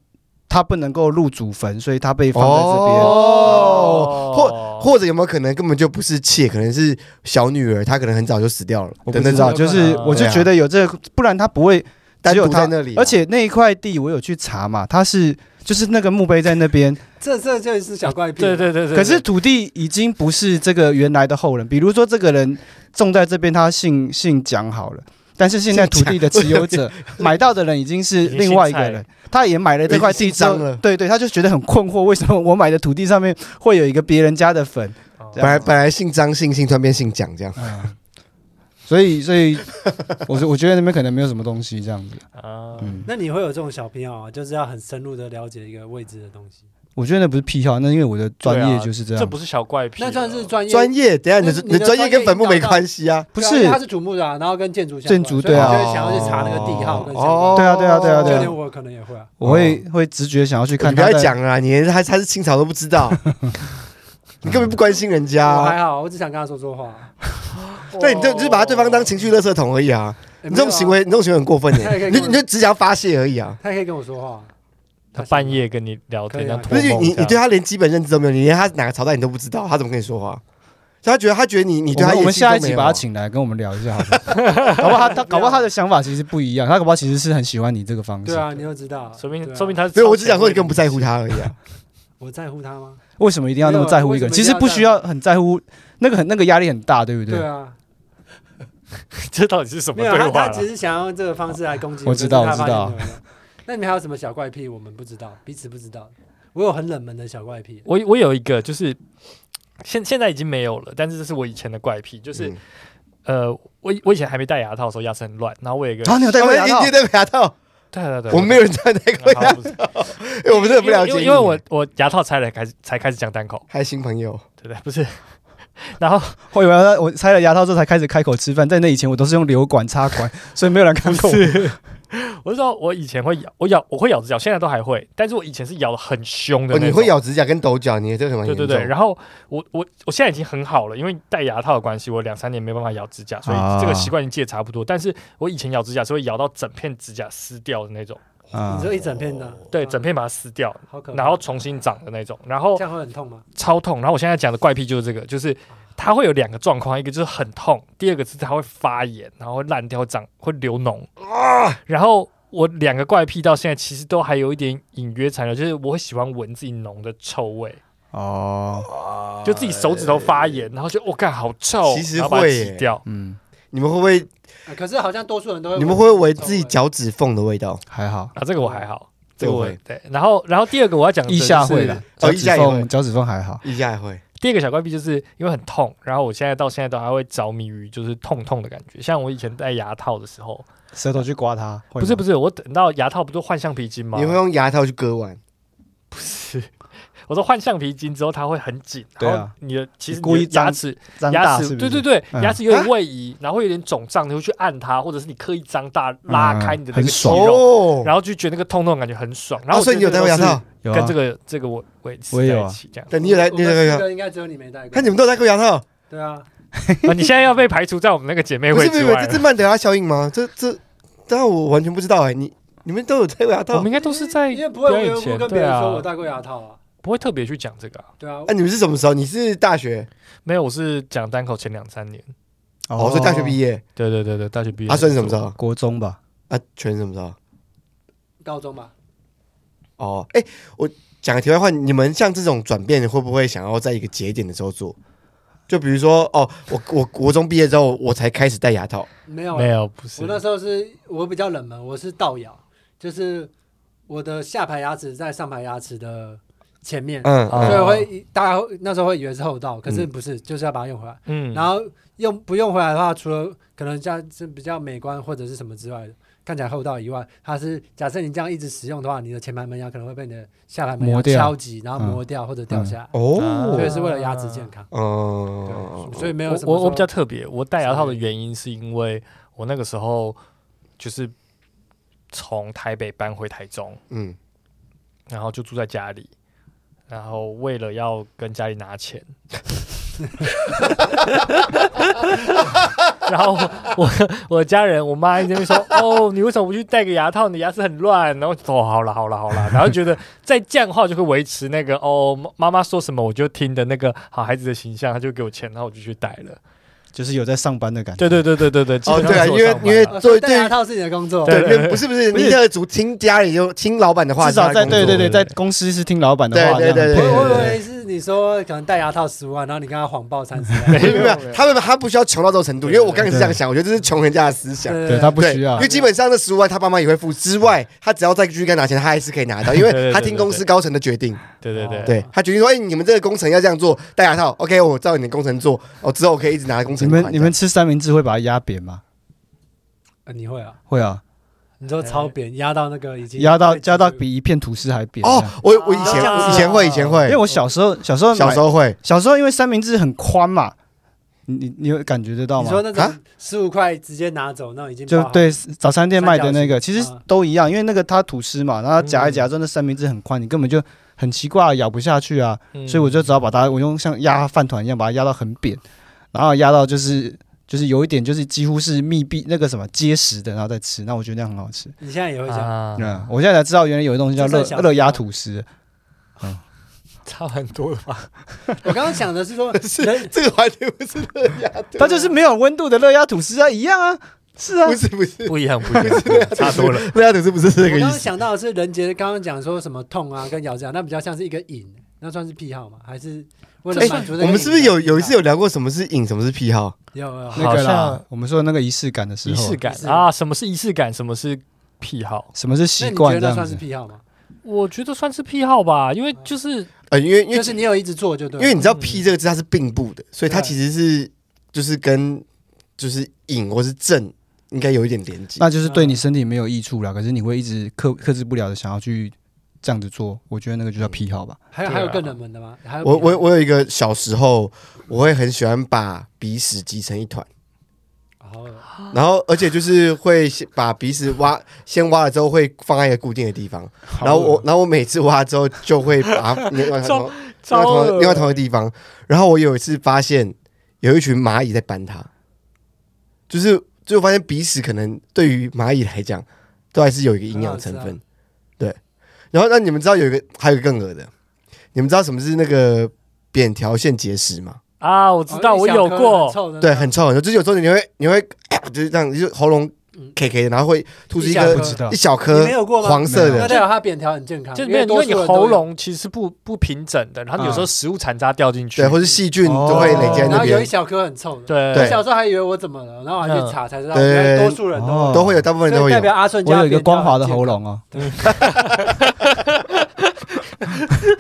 Speaker 3: 他不能够入祖坟，所以他被放在这边。
Speaker 2: 哦或者有没有可能根本就不是妾，可能是小女儿，她可能很早就死掉了
Speaker 3: 我不
Speaker 2: 的那
Speaker 3: 知道，
Speaker 2: 种，
Speaker 3: 就是我就觉得有这个，不然他不会
Speaker 2: 啊单
Speaker 3: 只有
Speaker 2: 独
Speaker 3: 他
Speaker 2: 在那里啊。
Speaker 3: 而且那一块地我有去查嘛，它是就是那个墓碑在那边，
Speaker 1: 这这这是小怪癖。
Speaker 4: 对对对对，
Speaker 3: 可是土地已经不是这个原来的后人。比如说这个人种在这边，他姓姓蒋好了。但是现在土地的持有者 买到的人已经是另外一个
Speaker 4: 已经
Speaker 3: 人，他也买了这块地之后
Speaker 2: 已经姓张了，
Speaker 3: 对对，他就觉得很困惑，为什么我买的土地上面会有一个别人家的坟？
Speaker 4: 哦
Speaker 3: 这
Speaker 2: 本
Speaker 3: 样
Speaker 2: 来本来姓张姓姓，突然变姓蒋这样。
Speaker 3: 所以所以， 我我觉得那边可能没有什么东西这样子。
Speaker 4: 啊，
Speaker 3: 嗯，
Speaker 1: 那你会有这种小癖好啊，就是要很深入的了解一个未知的东西。
Speaker 3: 我觉得那不是癖好，那因为我的专业就是这样。
Speaker 4: 这不是小怪癖了，
Speaker 1: 那算是专业
Speaker 2: 专业，等一下你
Speaker 1: 那
Speaker 2: 的
Speaker 1: 你
Speaker 2: 你
Speaker 1: 的
Speaker 2: 的专业
Speaker 1: 专业
Speaker 2: 跟坟墓没
Speaker 1: 引导到
Speaker 2: 关系啊。
Speaker 3: 不
Speaker 1: 对啊因为它
Speaker 3: 是
Speaker 1: 是土木的啊，然后跟建筑相关
Speaker 3: 建筑
Speaker 1: 所以
Speaker 3: 对啊
Speaker 1: 我就
Speaker 2: 哦
Speaker 1: 会想要去查那个地号跟相关
Speaker 3: 对啊对啊对啊对
Speaker 1: 就
Speaker 3: 啊
Speaker 1: 连我可能也会啊。
Speaker 3: 我会会直觉想要去
Speaker 2: 你
Speaker 3: 看
Speaker 2: 不要
Speaker 3: 他的。
Speaker 2: 再讲了啊啦，你连他他是清朝都不知 道，你根本不关心人家
Speaker 1: 我
Speaker 2: 啊。
Speaker 1: 还好，我只想跟他说说话。
Speaker 2: 对，你就你就是把他对方当情绪垃圾桶而已啊！
Speaker 1: 哦哎
Speaker 2: 你这种行，为，你这种行为很过分
Speaker 1: 他也可
Speaker 2: 耶！
Speaker 1: 以
Speaker 2: 你
Speaker 1: 跟我
Speaker 2: 你就只想要发泄而已啊！
Speaker 1: 没有啊他也可以跟我说话。
Speaker 4: 他半夜跟你聊天，
Speaker 1: 可以啊
Speaker 4: 像
Speaker 2: 不
Speaker 4: 托
Speaker 2: 是
Speaker 4: 梦这
Speaker 2: 你
Speaker 4: 样
Speaker 2: 你你对他连基本认知都没有，你连他哪个朝代你都不知道，他怎么跟你说话？所以他觉得他觉得你你对
Speaker 3: 我
Speaker 2: 他
Speaker 3: 们我们
Speaker 2: 野心都
Speaker 3: 下一
Speaker 2: 没
Speaker 3: 集
Speaker 2: 有
Speaker 3: 把他请来跟我们聊一下，好不好？搞不好他他搞不好他的想法其实不一样，他搞不好其实是很喜欢你这个方式。
Speaker 1: 对啊，你又知道，
Speaker 4: 说明
Speaker 1: 对啊
Speaker 4: 说明他是
Speaker 2: 所以我
Speaker 4: 超
Speaker 2: 只想说你
Speaker 4: 前
Speaker 2: 根本
Speaker 4: 卫
Speaker 2: 不在乎他而已啊！
Speaker 1: 我在乎他吗？
Speaker 3: 为什么一定要那么在乎一个人？
Speaker 1: 没有为什么一定
Speaker 3: 其
Speaker 1: 要
Speaker 3: 实不需要很在乎，那个很那个压力很大，对不
Speaker 1: 对啊，
Speaker 4: 的，这到底啊是什么
Speaker 1: 没有
Speaker 4: 对
Speaker 1: 他，
Speaker 4: 话
Speaker 1: 他
Speaker 2: 啊
Speaker 4: 啦？
Speaker 1: 只是想要用这个方式来攻击
Speaker 3: 我知道
Speaker 1: 可是他
Speaker 3: 我知道
Speaker 1: 发现没有用那你们还有什么小怪癖？我们不知道，彼此不知道。我有很冷门的小怪癖，
Speaker 4: 我我有一个就是。现现在已经没有了，但是这是我以前的怪癖，就是、
Speaker 2: 嗯
Speaker 4: 呃，我以我以前还没戴牙套的时候牙齿很乱，然后我有一个，
Speaker 3: 啊，你有戴过牙套
Speaker 2: 哎你？戴牙套，
Speaker 4: 对啊对对，
Speaker 2: 我们没有人戴戴过
Speaker 4: 有
Speaker 2: 牙套，因为 我们真的不了解
Speaker 4: 因为
Speaker 2: 你。
Speaker 4: 因为我我牙套拆了开始才开始讲单口，
Speaker 2: 还新朋友，
Speaker 4: 对不对？不是，然后
Speaker 3: 我以为他我拆了牙套之后才开始开口吃饭，在那以前我都是用流管插管，所以没有人看 过我。
Speaker 4: 我是说，我以前会咬，我咬我会咬指甲，现在都还会，但是我以前是咬的很凶的
Speaker 2: 哦，
Speaker 4: 那种
Speaker 2: 你会？咬指甲跟抖脚，你也这个很
Speaker 4: 对
Speaker 2: 严
Speaker 4: 对
Speaker 2: 重。
Speaker 4: 对，然后我我我现在已经很好了，因为戴牙套的关系，我两三年没办法咬指甲，所以
Speaker 3: 啊
Speaker 4: 这个习惯已经戒差不多。但是我以前咬指甲是会咬到整片指甲撕掉的那种，
Speaker 3: 啊
Speaker 1: 你说一整片的，
Speaker 4: 哦对，
Speaker 1: 啊
Speaker 4: 整片把它撕掉，
Speaker 1: 好可怕，
Speaker 4: 然后重新长的那种，然后
Speaker 1: 这样会很痛吗？
Speaker 4: 超痛。然后我现在讲的怪癖就是这个，就是它会有两个状况，一个就是很痛，第二个是它会发炎，然后会烂掉、会长、会流脓。
Speaker 2: 啊
Speaker 4: 然后我两个怪癖到现在其实都还有一点隐约残留，就是我会喜欢闻自己脓的臭味，
Speaker 3: 哦，
Speaker 4: 就自己手指头发炎，然后就我干、好臭，
Speaker 2: 其实
Speaker 4: 然后把它
Speaker 2: 会
Speaker 4: 挤
Speaker 2: 耶
Speaker 4: 掉。
Speaker 3: 嗯，
Speaker 2: 你们会不会？
Speaker 1: 啊可是好像多数人都会，
Speaker 2: 你们会不会闻自
Speaker 1: 哎
Speaker 2: 己脚趾缝的味道？
Speaker 3: 还好，
Speaker 4: 啊，这个我还好，
Speaker 2: 这
Speaker 4: 这个
Speaker 2: 个
Speaker 4: 我
Speaker 2: 会
Speaker 4: 对。然后，然后第二个我要讲的
Speaker 3: 腋下
Speaker 4: 就是
Speaker 3: 会了，
Speaker 2: 哦
Speaker 3: 脚
Speaker 2: 腋下
Speaker 3: 趾
Speaker 2: 也会
Speaker 3: 缝脚趾缝还好。
Speaker 2: 一下也会，
Speaker 4: 第二个小怪癖就是因为很痛，然后我现在到现在都还会着迷于就是痛痛的感觉，像我以前戴牙套的时候，
Speaker 3: 舌头去刮它，会吗
Speaker 4: 不是不是，我等到牙套不都换橡皮筋吗？
Speaker 2: 你会用牙套去割腕，
Speaker 4: 我说换橡皮筋之后，它会很紧，
Speaker 3: 对啊
Speaker 4: 然后你的其实
Speaker 3: 你故意
Speaker 4: 你的牙
Speaker 3: 张
Speaker 4: 齿
Speaker 3: 张
Speaker 4: 牙
Speaker 3: 大
Speaker 4: 齿
Speaker 3: 是不
Speaker 4: 对
Speaker 3: 是
Speaker 4: 对对，
Speaker 3: 嗯
Speaker 4: 牙齿有点位移，然后会有点肿胀，你会去按它，或者是你刻意张大拉开你的
Speaker 3: 嗯
Speaker 4: 那个
Speaker 3: 很
Speaker 4: 肌
Speaker 3: 爽
Speaker 4: 肉，
Speaker 2: 哦
Speaker 4: 然后就觉得那个痛痛的感觉很爽。然
Speaker 2: 啊
Speaker 4: 后我
Speaker 2: 所以你有
Speaker 4: 觉
Speaker 2: 戴
Speaker 4: 得
Speaker 2: 过
Speaker 4: 这
Speaker 2: 牙
Speaker 4: 个
Speaker 2: 套？
Speaker 3: 有
Speaker 4: 是跟
Speaker 3: 啊
Speaker 4: 这个这个我维持
Speaker 3: 我也
Speaker 4: 在
Speaker 3: 有
Speaker 4: 一
Speaker 3: 啊
Speaker 4: 起这样。
Speaker 2: 对，你有戴，
Speaker 1: 我
Speaker 2: 你
Speaker 1: 们
Speaker 2: 有
Speaker 1: 四
Speaker 2: 戴过牙套？
Speaker 1: 个应该只有你没戴过
Speaker 2: 看你。们都有戴过牙套，
Speaker 1: 对啊，
Speaker 4: 啊你现在要被排除在我们那个姐妹
Speaker 2: 不
Speaker 4: 会
Speaker 2: 是不
Speaker 4: 之
Speaker 2: 是，不
Speaker 4: 外
Speaker 2: 是这是
Speaker 4: 了。
Speaker 2: 曼德拉效应吗？这这，但我完全不知道哎，你你们都有戴过牙
Speaker 4: 我
Speaker 2: 套
Speaker 4: 们？应该都是在
Speaker 1: 因为不会
Speaker 4: 表
Speaker 1: 无
Speaker 4: 演
Speaker 1: 缘无
Speaker 4: 前
Speaker 1: 故跟别
Speaker 4: 对
Speaker 1: 人
Speaker 4: 啊
Speaker 1: 说我戴过牙套啊。
Speaker 4: 不会特别去讲这个啊，
Speaker 1: 对啊
Speaker 2: 啊，，你们是什么时候？你是大学？
Speaker 4: 没有，我是讲单口前两三年。
Speaker 2: 哦，所以大学毕业。啊
Speaker 4: 对对对对，大学毕业。
Speaker 2: 阿顺什么时？候？
Speaker 3: 国中吧，
Speaker 2: 啊，全什么时候？
Speaker 1: 高中吧，
Speaker 2: 哦，哎，我讲个题外话，你们像这种转变，会不会想要在一个节点的时候做？就比如说，哦，我我国中毕业之后，我才开始戴牙套，
Speaker 1: 没有啊
Speaker 4: 没有，不是。
Speaker 1: 我那时候是我比较冷门，我是倒咬，就是我的下排牙齿在上排牙齿的前面，
Speaker 2: 嗯，
Speaker 4: 哦
Speaker 2: 嗯
Speaker 1: 所以会以大家会那时候会以为是后倒，可是不是，就是要把它用回来。
Speaker 4: 嗯，
Speaker 1: 然后用不用回来的话，除了可能像是比较美观或者是什么之外的，看起来厚道以外，它是假设你这样一直使用的话，你的前排门牙可能会被你的下排门牙
Speaker 3: 磨掉
Speaker 1: 敲击，然后磨掉或者掉下来，
Speaker 2: 哦
Speaker 1: 所以是为了牙齿健康。
Speaker 2: 嗯，
Speaker 1: 啊对所以没有
Speaker 4: 我
Speaker 1: 什么
Speaker 4: 我我
Speaker 1: 说
Speaker 4: 比较特别，我戴牙套的原因是因为我那个时候就是从台北搬回台中，
Speaker 2: 嗯，
Speaker 4: 然后就住在家里，然后为了要跟家里拿钱， 然后我我家人我妈一直在那边说， 哦，你为什么不去戴个牙套？你牙齿很乱。然后我就说哦，好了好了好了，然后觉得再这样的话就会维持那个哦，妈妈说什么我就听的那个好孩子的形象，他就给我钱，然后我就去戴了。
Speaker 3: 就是有在上班的感觉。
Speaker 4: 对对对对对对，基本上
Speaker 2: 对啊
Speaker 4: 是我
Speaker 2: 因为
Speaker 4: 上班
Speaker 2: 因为
Speaker 4: 了
Speaker 1: 哦
Speaker 2: 对
Speaker 1: 所以戴
Speaker 2: 对
Speaker 1: 牙套是你的工作，
Speaker 2: 对，
Speaker 4: 对
Speaker 2: 因为不是不是，
Speaker 3: 不是
Speaker 2: 你这族听家里就听老板的话，
Speaker 3: 至少在
Speaker 2: 听他的工
Speaker 3: 对
Speaker 2: 作
Speaker 3: 对对，在公司是听老板的话，
Speaker 2: 对对
Speaker 3: 这样
Speaker 2: 对对
Speaker 1: 我
Speaker 2: 对
Speaker 1: 我以
Speaker 2: 对
Speaker 1: 为是你说可能戴牙套十万，然后你跟他谎报三十万，
Speaker 2: 没有没有，他们他不需要穷到这种程度，因为我刚开始这样想，我觉得这是穷人家的思想。
Speaker 3: 对他不
Speaker 2: 对
Speaker 3: 需要
Speaker 2: 因为基本上那十五万他爸妈也会付之外，他只要再继续跟他拿钱，他还是可以拿到，因
Speaker 4: 对对
Speaker 2: 为
Speaker 4: 对
Speaker 2: 他听公司高层的决定，
Speaker 4: 对对对
Speaker 2: 对他决定说，哎，你们这个工程要这样做，戴牙套，OK，我照你的工程做，哦，之后我可以一直拿工
Speaker 3: 你
Speaker 2: 程款
Speaker 3: 们你们吃三明治会把它压扁吗？
Speaker 1: 呃你会啊？
Speaker 3: 会啊，
Speaker 1: 你说超扁压到那个已经
Speaker 3: 压到加到比一片吐司还扁这
Speaker 2: 哦
Speaker 3: 样。，
Speaker 2: 我我以前
Speaker 1: 啊
Speaker 2: 我以前会以前
Speaker 3: 因为
Speaker 2: 会，
Speaker 3: 我小时候小时候
Speaker 2: 小时
Speaker 3: 候
Speaker 2: 候会，
Speaker 3: 小时候因为三明治很宽嘛，你你你有感觉得到
Speaker 1: 你
Speaker 3: 吗？
Speaker 1: 说那
Speaker 2: 啊
Speaker 1: 种十五块直接拿走，那已经
Speaker 3: 就
Speaker 1: 包好
Speaker 3: 对早餐店卖的那个，其实
Speaker 2: 啊
Speaker 1: 嗯
Speaker 3: 都一样，因为那个它吐司嘛，然后夹一
Speaker 2: 嗯
Speaker 3: 夹，之后那三明治很宽，你根本就很奇怪咬不下去啊，
Speaker 4: 嗯
Speaker 3: 所以我就只好把它，我用像压饭团一样把它压到很扁，然后压到就是就是有一点就是几乎是密闭那个什么结实的，然后再吃，那我觉得那样很好吃。
Speaker 1: 你现在也会讲，
Speaker 4: 啊，
Speaker 3: 嗯，我现在才知道原来有一东西叫热
Speaker 1: 就算小
Speaker 3: 热压吐司，
Speaker 4: 差很多了吧？
Speaker 1: 我刚刚想的是说
Speaker 2: 是
Speaker 1: 人
Speaker 2: 这个完全不是热压的，
Speaker 3: 它就是没有温度的热压吐司啊，一样啊，是啊
Speaker 2: 不，是不是
Speaker 4: 不一样，不一样， 差多了。
Speaker 2: 热压的是不是这个
Speaker 1: 我
Speaker 2: 意
Speaker 1: 刚刚
Speaker 2: 思？
Speaker 1: 想到的是任杰刚刚讲说什么痛啊跟咬这样，那比较像是一个瘾，那算是癖好吗？还是为了
Speaker 2: 哎
Speaker 1: 满足那个啊
Speaker 2: 我们是不是有有一次
Speaker 1: 有
Speaker 2: 有聊过什么是瘾，什么是癖好？
Speaker 1: 有有
Speaker 3: 那个
Speaker 4: 好
Speaker 3: 啦
Speaker 4: 像，
Speaker 3: 我们说的那个仪式感的时
Speaker 4: 仪
Speaker 3: 候
Speaker 4: 式，感
Speaker 1: 仪式感
Speaker 4: 啊，什么是仪式感？什么是癖好？
Speaker 3: 什么是
Speaker 1: 那
Speaker 3: 习
Speaker 1: 你觉
Speaker 3: 惯
Speaker 1: 得
Speaker 3: 这
Speaker 1: 那
Speaker 3: 样
Speaker 1: 算是
Speaker 3: 子？
Speaker 1: 癖好吗？
Speaker 4: 我觉得算是癖好吧，因为就是
Speaker 2: 呃，因为因为
Speaker 1: 就是你有一直做就对
Speaker 2: 因
Speaker 1: 了，
Speaker 2: 为你知道“
Speaker 4: 嗯
Speaker 2: 癖”这个字它是并不的，所以它
Speaker 1: 对
Speaker 2: 其实是就是跟就是瘾或是正应该有一点连接。
Speaker 3: 那就是对你身体没有益处啦，可是你会一直克克制不了的想要去这样子做，我觉得那个就叫癖好吧。
Speaker 1: 还有
Speaker 4: 对啊
Speaker 1: 还有更冷门的吗？还有
Speaker 2: 我我
Speaker 1: 我
Speaker 2: 我有一个小时候，我会很喜欢把鼻屎挤成一团，
Speaker 1: 哦
Speaker 2: 然后而且就是会先把鼻屎挖先挖了之后会放在一个固定的地方，然后我然后我每次挖之后就会把它另外同另外
Speaker 4: 糟
Speaker 2: 同
Speaker 4: 了
Speaker 2: 另外同一个地方。然后我有一次发现有一群蚂蚁在搬它，就是就发现鼻屎可能对于蚂蚁来讲都还是有一个营养成
Speaker 1: 很好啊
Speaker 2: 分，对。然后那你们知道有一个还有一个更恶的，你们知道什么是那个扁条线结石吗？
Speaker 4: 啊，我知道，我有过，
Speaker 1: 嗯
Speaker 2: 对，很臭很臭，就是有时候你会你会就是这样，就是喉咙
Speaker 1: 嗯
Speaker 2: K K 的，然后会吐出一
Speaker 1: 一小
Speaker 2: 个
Speaker 1: 颗
Speaker 3: 不知道
Speaker 2: 一，小
Speaker 1: 你
Speaker 2: 颗
Speaker 1: 没有过吗
Speaker 2: 黄色
Speaker 1: 那
Speaker 2: 的，
Speaker 1: 代表它扁条很健康，
Speaker 4: 就是没有，因
Speaker 1: 多
Speaker 4: 为
Speaker 1: 数
Speaker 4: 你
Speaker 1: 人都有
Speaker 4: 喉咙其实不不平整的，然后有时候
Speaker 3: 嗯
Speaker 4: 食物残渣掉进去
Speaker 2: 对，，或是细菌
Speaker 3: 哦
Speaker 2: 都会累积在
Speaker 1: 然
Speaker 2: 那
Speaker 1: 后有一
Speaker 2: 边，
Speaker 1: 小颗很臭的。
Speaker 4: 对
Speaker 2: 对
Speaker 1: 我小时候还以为我怎么了，然后我还去查才知道，
Speaker 2: 嗯对
Speaker 1: 原来多数人都
Speaker 3: 哦
Speaker 1: 有
Speaker 2: 都会有，大部分人都
Speaker 1: 所以
Speaker 2: 会
Speaker 1: 代
Speaker 2: 有。
Speaker 1: 表阿顺
Speaker 3: 我
Speaker 1: 家
Speaker 3: 有一个
Speaker 1: 扁条
Speaker 3: 光滑的
Speaker 1: 很健
Speaker 3: 喉咙哦，
Speaker 1: 康，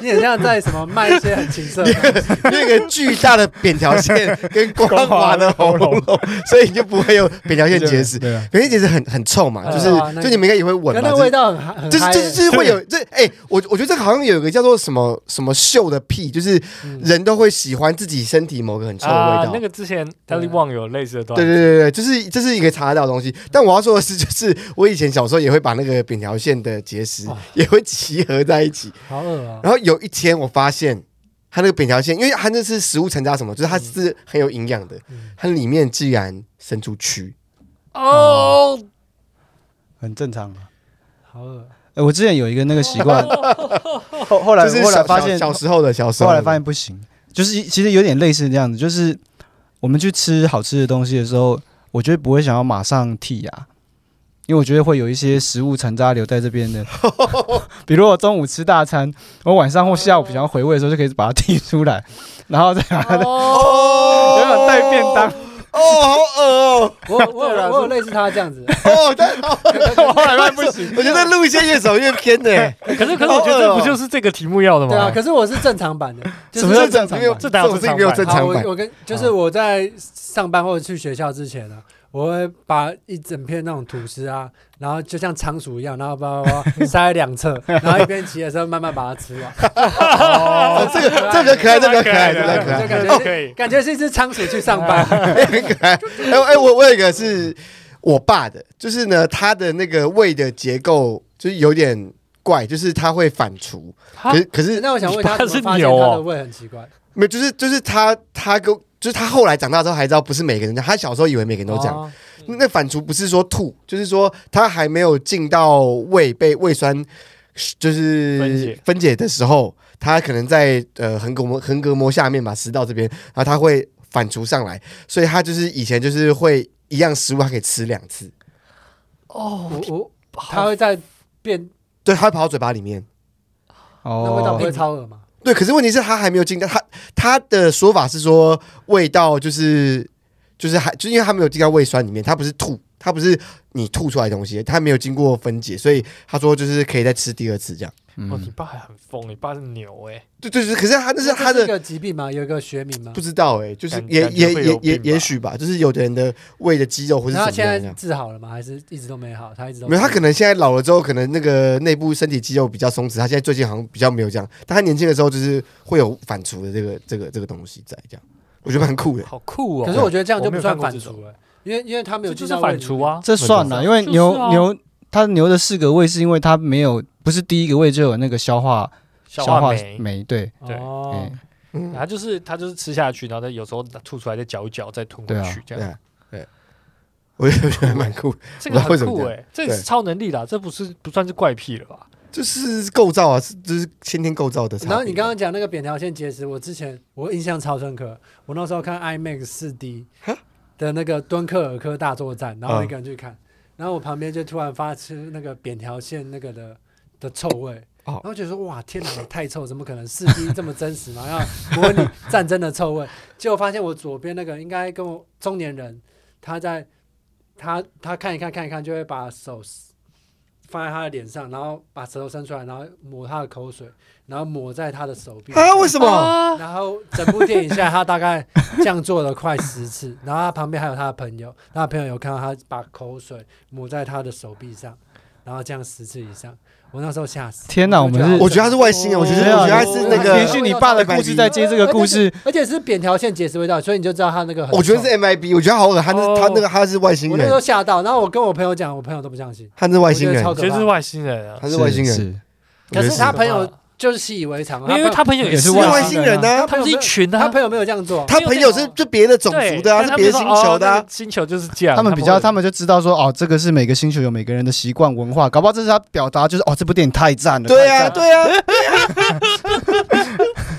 Speaker 1: 你很像在什么卖一些很情色的东西，
Speaker 2: 那个巨大的扁条线跟光滑的 喉咙，所以你就不会有扁条线结石。
Speaker 3: 对啊，
Speaker 2: 扁条线结石很很臭嘛，就是
Speaker 1: 对啊那个
Speaker 2: 就你们应该也会闻
Speaker 1: 可
Speaker 2: 吧
Speaker 1: 那？味道很很
Speaker 2: 就是
Speaker 1: 嗨
Speaker 2: 就是就是会有这哎，我我觉得这个好像有一个叫做什么什么嗅的癖，就是
Speaker 1: 嗯
Speaker 2: 人都会喜欢自己身体某个很臭的味
Speaker 4: 啊
Speaker 2: 道，
Speaker 4: 那。个之前
Speaker 1: 对
Speaker 4: Ellie Wang 有类似的段
Speaker 2: 对
Speaker 4: 子，
Speaker 2: 对对对，就是这是一个查得到的东西。但我要说的是，就是我以前小时候也会把那个扁条线的结石
Speaker 1: 哦
Speaker 2: 也会集合在一起。
Speaker 1: 好恶啊！
Speaker 2: 然后有一天我发现，它那个扁条线，因为它那是食物残渣什么，
Speaker 3: 嗯
Speaker 2: 就是它是很有营养的，它里面竟然生出蛆。
Speaker 4: 哦，
Speaker 3: 很正常啊。
Speaker 1: 好恶，
Speaker 3: 哎，我之前有一个那个习惯，后后来
Speaker 2: 就是
Speaker 3: 后来
Speaker 2: 小
Speaker 3: 发现，
Speaker 2: 小小时候的小时候
Speaker 3: 后
Speaker 2: 的，
Speaker 3: 来发现不行，就是其实有点类似这样子，就是我们去吃好吃的东西的时候，我觉得不会想要马上剔牙，因为我觉得会有一些食物残渣留在这边的。比如我中午吃大餐，我晚上或下午想要回味的时候，就可以把它剔出来，然后再把它
Speaker 2: 哦
Speaker 3: 然后带便当。
Speaker 2: 哦，好恶哦，
Speaker 1: 我我有我有类似他这样子，
Speaker 2: 哦，但好恶
Speaker 3: 我后来发现不 行，
Speaker 2: 我觉得路线越走越偏呢、
Speaker 3: 哎
Speaker 4: 可是可是我觉得这不就是这个题目要的
Speaker 1: 对啊，
Speaker 4: 吗？
Speaker 1: 可是我是正常版的，就是
Speaker 3: 什么叫正常
Speaker 2: 没有
Speaker 3: 版
Speaker 4: 这哪有
Speaker 2: 种事情没有正
Speaker 4: 正
Speaker 1: 好，
Speaker 2: 常版
Speaker 1: 我我跟就是我在上班或者去学校之前呢、我会把一整片那种吐司啊，然后就像仓鼠一样，然后把它塞在两侧，然后一边骑的时候慢慢把它吃完，
Speaker 2: 哦，这个这比较可爱，这比较可啊爱，这比较可爱
Speaker 1: 这。个
Speaker 4: 啊都可以。 哎
Speaker 1: 感觉是一只仓鼠去上班。
Speaker 2: 很可爱。哎、哎、我我有一个是，我爸的，就是呢，他的那个胃的结构就是有点怪，就是他会反刍，
Speaker 4: 哈
Speaker 2: 可是可是
Speaker 1: 那我想问他，
Speaker 4: 你爸
Speaker 1: 怎
Speaker 4: 是
Speaker 1: 么发现
Speaker 4: 牛
Speaker 1: 他
Speaker 4: 哦
Speaker 1: 的胃很奇怪？
Speaker 2: 没有，就是就是他他跟就是他后来长大之后还知道，不是每个人这样，他小时候以为每个人都这样。
Speaker 1: 哦
Speaker 2: 那反刍不是说吐，就是说他还没有进到胃被胃酸就是
Speaker 4: 分解
Speaker 2: 分解的时候，他可能在呃横膈膜横膈膜下面吧，食道这边，然后他会反刍上来，所以他就是以前就是会一样食物他可以吃两次，
Speaker 4: 哦，
Speaker 1: 我我他
Speaker 4: 好
Speaker 1: 会在变，
Speaker 2: 对，他会跑到嘴巴里面。
Speaker 1: 那味道不
Speaker 3: 哦，
Speaker 1: 会超恶吗？
Speaker 2: 对，可是问题是他还没有进到他他的说法是说味道就是就是还就因为他没有进到胃酸里面，他不是吐，他不是你吐出来的东西，他没有经过分解，所以他说就是可以再吃第二次这样。
Speaker 4: 哦，
Speaker 3: 嗯
Speaker 4: 你，爸还很疯，你爸是牛哎，
Speaker 2: 对对对，可是他那是他
Speaker 1: 这一
Speaker 2: 的
Speaker 1: 个疾病吗？有一个学名吗
Speaker 2: 不？知道哎、就是
Speaker 4: 感
Speaker 2: 也
Speaker 4: 感觉
Speaker 2: 也
Speaker 4: 会
Speaker 2: 也
Speaker 4: 有
Speaker 2: 也
Speaker 4: 病吧
Speaker 2: 也许吧，就是有的人的胃的肌肉或是怎
Speaker 1: 那他
Speaker 2: 么
Speaker 1: 现
Speaker 2: 样这
Speaker 1: 在
Speaker 2: 样。
Speaker 1: 治好了吗？还是一直都没好？他一直都
Speaker 2: 没有，他可能现在老了之后，可能那个内部身体肌肉比较松弛，他现在最近好像比较没有这样，但他年轻的时候就是会有反刍的这个这个这个东西在这样，我觉得蛮酷的。
Speaker 4: 好酷哦。
Speaker 1: 可是我觉得这样就不算反
Speaker 4: 我没有看
Speaker 1: 刍了，因为因为他没有
Speaker 4: 这
Speaker 1: 进
Speaker 4: 就是
Speaker 1: 到胃
Speaker 4: 反
Speaker 1: 里
Speaker 4: 刍
Speaker 1: 面，
Speaker 4: 啊，
Speaker 3: 这算了，因为牛
Speaker 1: 啊
Speaker 3: 牛它牛的四个胃是因为它没有不是第一个胃就有那个消化
Speaker 4: 消化酶，
Speaker 3: 酶，对，
Speaker 4: 对
Speaker 1: 哦
Speaker 3: 哎，
Speaker 2: 嗯
Speaker 4: 它就是它就是吃下去，然后再有时候吐出来再嚼一嚼，再吞
Speaker 3: 对
Speaker 4: 回
Speaker 3: 啊
Speaker 4: 去这
Speaker 2: 对
Speaker 4: 样。
Speaker 2: 啊，对，我也觉得蛮酷，
Speaker 4: 这个
Speaker 2: 不
Speaker 4: 很
Speaker 2: 知道为什么
Speaker 4: 酷
Speaker 2: 这
Speaker 4: 哎，这也是
Speaker 2: 对
Speaker 4: 超能力啦，这不是不算是怪癖了吧？
Speaker 2: 就是构造啊，是就是先天构造的差别。
Speaker 1: 然后你刚刚讲那个扁条线结石，我之前我印象超深刻，我那时候看 IMAX 四 D 的那个敦刻尔克大作战，然后我
Speaker 2: 嗯
Speaker 1: 一个人去看，然后我旁边就突然发出那个扁条线那个的的臭味，
Speaker 2: 哦
Speaker 1: 然后觉得说哇天哪，也太臭，怎么可能四 D 这么真实嘛？然后模拟战争的臭味，结果发现我左边那个应该跟我中年人，他在他他看一看看一看，就会把手放在他的脸上，然后把舌头伸出来，然后抹他的口水，然后抹在他的手臂。
Speaker 2: 啊，为什么？
Speaker 4: 啊
Speaker 1: 然后整部电影下来，他大概这样做了快十次。然后他旁边还有他的朋友，他的朋友有看到他把口水抹在他的手臂上，然后这样十次以上。我那时候吓死。
Speaker 3: 天哪我们是
Speaker 2: 我觉得他是外星人，我觉得
Speaker 3: 没有
Speaker 2: 我觉得他是那
Speaker 3: 延
Speaker 2: 个，
Speaker 3: 续你爸的故事在接这个故事，
Speaker 1: 而且是扁条线结石味道，所以你就知道他那个很臭。
Speaker 2: 我觉得是 MIB，我觉得好恶，他那
Speaker 4: 哦
Speaker 2: 他那个他是外星
Speaker 1: 我那时候
Speaker 2: 人，
Speaker 1: 吓到，然后我跟我朋友讲，我朋友都不相信。
Speaker 2: 他是外星人
Speaker 1: 我，觉得超
Speaker 4: 觉得是
Speaker 1: 可怕。
Speaker 4: 外星人啊！
Speaker 2: 他是外星人。
Speaker 3: 是，
Speaker 2: 我觉
Speaker 1: 可
Speaker 2: 得
Speaker 1: 是他
Speaker 4: 的
Speaker 1: 朋友就是习以为常，
Speaker 4: 没有因为
Speaker 1: 朋
Speaker 4: 他朋友
Speaker 3: 也是
Speaker 4: 是
Speaker 2: 是
Speaker 4: 啊
Speaker 2: 外星人呢、
Speaker 1: 他
Speaker 4: 他们是一群
Speaker 1: 友他
Speaker 4: 啊，
Speaker 1: 朋友没有这样做。
Speaker 2: 他朋友是就别的种
Speaker 4: 对
Speaker 2: 族的啊，
Speaker 4: 但
Speaker 2: 是
Speaker 4: 他
Speaker 2: 别
Speaker 4: 们
Speaker 2: 的星
Speaker 4: 说
Speaker 2: 球的
Speaker 4: 哦那
Speaker 2: 啊
Speaker 4: 个。星球就是这样，
Speaker 3: 他们比较，
Speaker 4: 会
Speaker 3: 他们就知道说，哦，这个是每个星球有每个人的习惯文化，搞不好这是他表达，就是哦，这部电影太赞了。
Speaker 2: 对
Speaker 3: 太
Speaker 2: 啊，
Speaker 3: 赞了
Speaker 2: 对啊，对 啊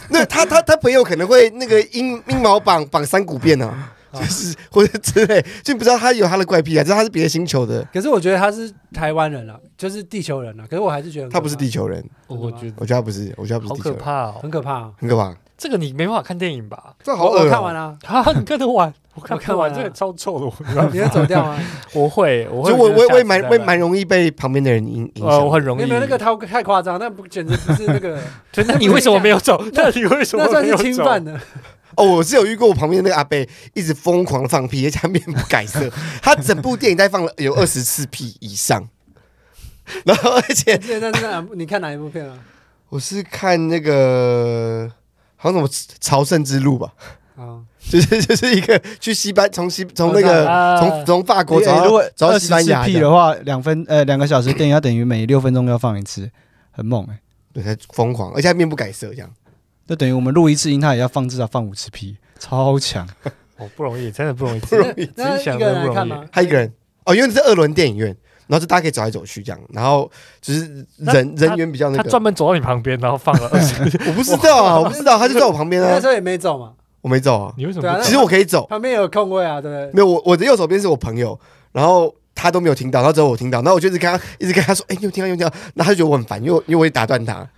Speaker 2: 那他他他朋友可能会那个阴阴毛绑绑三股辫啊，就是或者之类，就不知道他有他的怪癖啊，知道他是别的星球的，
Speaker 1: 可是我觉得他是台湾人啊，就是地球人啊。可是我还是觉得很可
Speaker 2: 他
Speaker 1: 怕
Speaker 2: 不是地球人，
Speaker 4: 我觉得
Speaker 2: 我觉得他不是，我觉得他
Speaker 4: 好
Speaker 2: 不是地
Speaker 4: 可
Speaker 2: 球人，
Speaker 4: 怕哦，
Speaker 1: 很可怕啊、
Speaker 2: 很可怕，
Speaker 4: 这个你没办法看电影吧？
Speaker 2: 这好
Speaker 1: 我
Speaker 2: 恶、
Speaker 1: 我
Speaker 2: 哦。
Speaker 1: 看完了、
Speaker 4: 啊，你看得完？我看
Speaker 1: 我看
Speaker 4: 不完
Speaker 1: 完
Speaker 4: 这个
Speaker 1: 了
Speaker 4: 超臭的，我
Speaker 1: 啊
Speaker 4: 没
Speaker 2: 哦
Speaker 4: 办，法
Speaker 1: 你会走掉 吗？
Speaker 4: 我会，我
Speaker 2: 所
Speaker 4: 会
Speaker 2: 以我我我也蛮
Speaker 4: 觉得下次再
Speaker 2: 我也
Speaker 4: 来
Speaker 2: 蛮容易被旁边的人影影
Speaker 4: 呃，我
Speaker 2: 响。
Speaker 4: 很容
Speaker 1: 没
Speaker 4: 易。
Speaker 1: 有没有那个，他太夸张，那不简直不是那 个，
Speaker 4: 对，那你为什么没有走？那你为什么
Speaker 1: 那算
Speaker 4: 没
Speaker 1: 是
Speaker 4: 有
Speaker 1: 侵
Speaker 4: 走
Speaker 1: 犯？的。
Speaker 2: 哦，我是有遇过我旁边那个阿贝一直疯狂的放屁，而且他面不改色，他整部电影在放了有二十次屁以上， 然后而且
Speaker 1: 现在是哪？你看哪一部 片啊？
Speaker 2: 我是看那个好像什么《朝圣之路》吧，
Speaker 1: 啊，
Speaker 2: 就是就是一个去西班从西从那
Speaker 1: 我知
Speaker 2: 个
Speaker 4: 啊
Speaker 2: 从从法国走
Speaker 3: 哎如
Speaker 2: 到
Speaker 3: 果
Speaker 2: 走到
Speaker 3: 二
Speaker 2: 西
Speaker 3: 十
Speaker 2: 班
Speaker 3: 次
Speaker 2: 牙
Speaker 3: 屁
Speaker 2: 的，
Speaker 3: 的话，两分呃两个小时电影，它等于每六分钟要放一次，很猛哎、
Speaker 2: 对，他疯狂，而且他面不改色这样。
Speaker 3: 就等于我们录一次音，它也要放至少放五次 屁，超强。
Speaker 4: 我哦不容易，真的不容易。
Speaker 1: 那
Speaker 4: 自
Speaker 1: 那
Speaker 4: 己想
Speaker 1: 一
Speaker 4: 都
Speaker 1: 个
Speaker 4: 不容易
Speaker 1: 人来看吗？
Speaker 2: 他一个人哦，因为这是二轮电影院，然后就大家可以走来走去这样，然后就是
Speaker 4: 那
Speaker 2: 人
Speaker 4: 他
Speaker 2: 人员比较那
Speaker 4: 他
Speaker 2: 个。
Speaker 4: 专门走到你旁边，然后放 了二十。
Speaker 2: 我不知道啊，我不知道，他就在我旁边
Speaker 1: 那
Speaker 2: 啊
Speaker 1: 时，候也没走嘛，
Speaker 2: 我没走啊。
Speaker 4: 你为什
Speaker 1: 对啊
Speaker 4: 么不
Speaker 1: 那
Speaker 2: 其实我可以走，
Speaker 1: 旁边有空位啊，对不对？
Speaker 2: 没有我我的右手边是我朋友，然后他都没有听到，然后只有我听到，然后我就一直跟他一直跟他说，哎、你有听到你有听到，然后他就觉得我很烦，因为我因为我也打断他。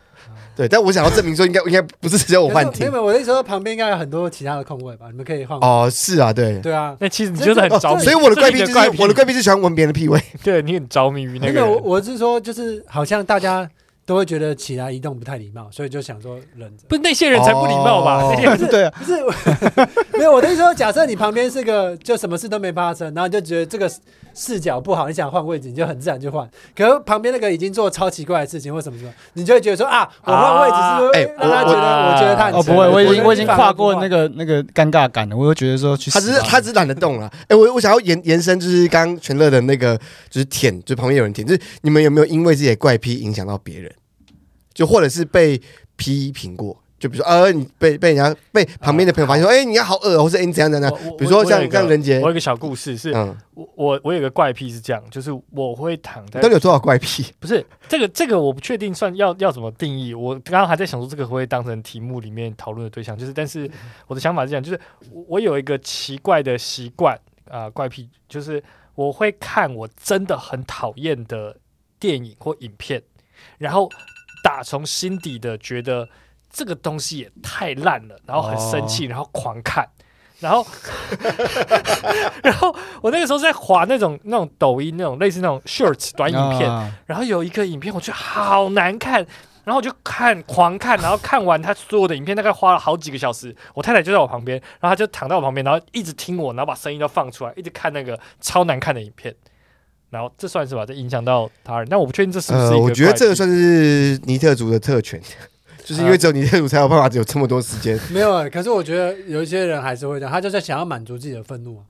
Speaker 2: 对，但我想要证明说应该应该不是只有我幻
Speaker 1: 可是没
Speaker 2: 听
Speaker 1: 有，没有我的意思说旁边应该有很多其他的空位吧？你们可以换。
Speaker 2: 哦，是啊，对。
Speaker 1: 对啊，
Speaker 4: 那其实你就是很
Speaker 2: 哦
Speaker 4: 着迷，
Speaker 2: 所以我的怪癖
Speaker 4: 这
Speaker 2: 就是
Speaker 4: 你怪癖
Speaker 2: 我的怪癖就是喜欢闻别人的屁味。
Speaker 4: 对你很着迷于那
Speaker 1: 没
Speaker 4: 个
Speaker 1: 有，我
Speaker 4: 人。
Speaker 1: 我是说，就是好像大家都会觉得起来移动不太礼貌，所以就想说忍着。
Speaker 4: 不是那些人才不礼貌吧？
Speaker 2: 哦
Speaker 4: 那些人
Speaker 3: 对啊，
Speaker 1: 不是，我没有我的意思说，假设你旁边是个就什么事都没发生，然后你就觉得这个视角不好，你想换位置，你就很自然就换。可是旁边那个已经做超奇怪的事情或什么什么，你就会觉得说啊，我换位置是不
Speaker 2: 啊
Speaker 1: 是会让他觉得、
Speaker 4: 哎
Speaker 1: 我
Speaker 4: 我
Speaker 1: 觉得他很
Speaker 3: 哦，
Speaker 1: 强
Speaker 3: 不会，我已
Speaker 1: 觉得
Speaker 3: 经我已经
Speaker 1: 你反而
Speaker 3: 跨
Speaker 1: 不
Speaker 3: 过
Speaker 1: 换
Speaker 3: 那个那个尴尬感了，我就啊觉得说去
Speaker 2: 他
Speaker 3: 死
Speaker 2: 只是
Speaker 3: 吧
Speaker 2: 他只是懒得动了、哎、我我想要延延伸，就是刚刚全乐的那个，就是舔，就旁边有人舔，就是你们有没有因为自己的怪癖影响到别人？就或者是被批评过？就比如说，呃，你被被人家被旁边的朋友发现说，哎、你要好恶哦，或者哎、你怎样怎样，怎样
Speaker 4: 我我
Speaker 2: 比如说
Speaker 4: 我有
Speaker 2: 像
Speaker 4: 一个
Speaker 2: 像人杰
Speaker 4: 我有一个小故事，是
Speaker 2: 嗯，
Speaker 4: 我我我有个怪癖是这样，就是我会躺在
Speaker 2: 到底有多少怪癖？
Speaker 4: 不是这个这个我不确定算要要怎么定义。我刚刚还在想说这个会不会当成题目里面讨论的对象，就是但是我的想法是这样，就是我我有一个奇怪的习惯啊、呃怪癖，就是我会看我真的很讨厌的电影或影片，然后打从心底的觉得这个东西也太烂了，然后很生气，然后狂看。然后， 然后我那个时候在滑那种那种抖音那种类似那种 shorts 短影片，
Speaker 3: 啊
Speaker 4: 然后有一个影片，我觉得好难看，然后我就看狂看，然后看完他所有的影片，大概花了好几个小时。我太太就在我旁边，然后她就躺在我旁边，然后一直听我，然后把声音都放出来，一直看那个超难看的影片。然后这算是吧，这影响到他人，但我不确定这是不是一
Speaker 2: 呃，
Speaker 4: 个
Speaker 2: 我觉得
Speaker 4: 怪癖啊
Speaker 2: 这个算是尼特族的特权，就是因为只有尼特族才有办法有这么多时间。
Speaker 1: 没有、欸，可是我觉得有一些人还是会这样，他就是想要满足自己的愤怒啊，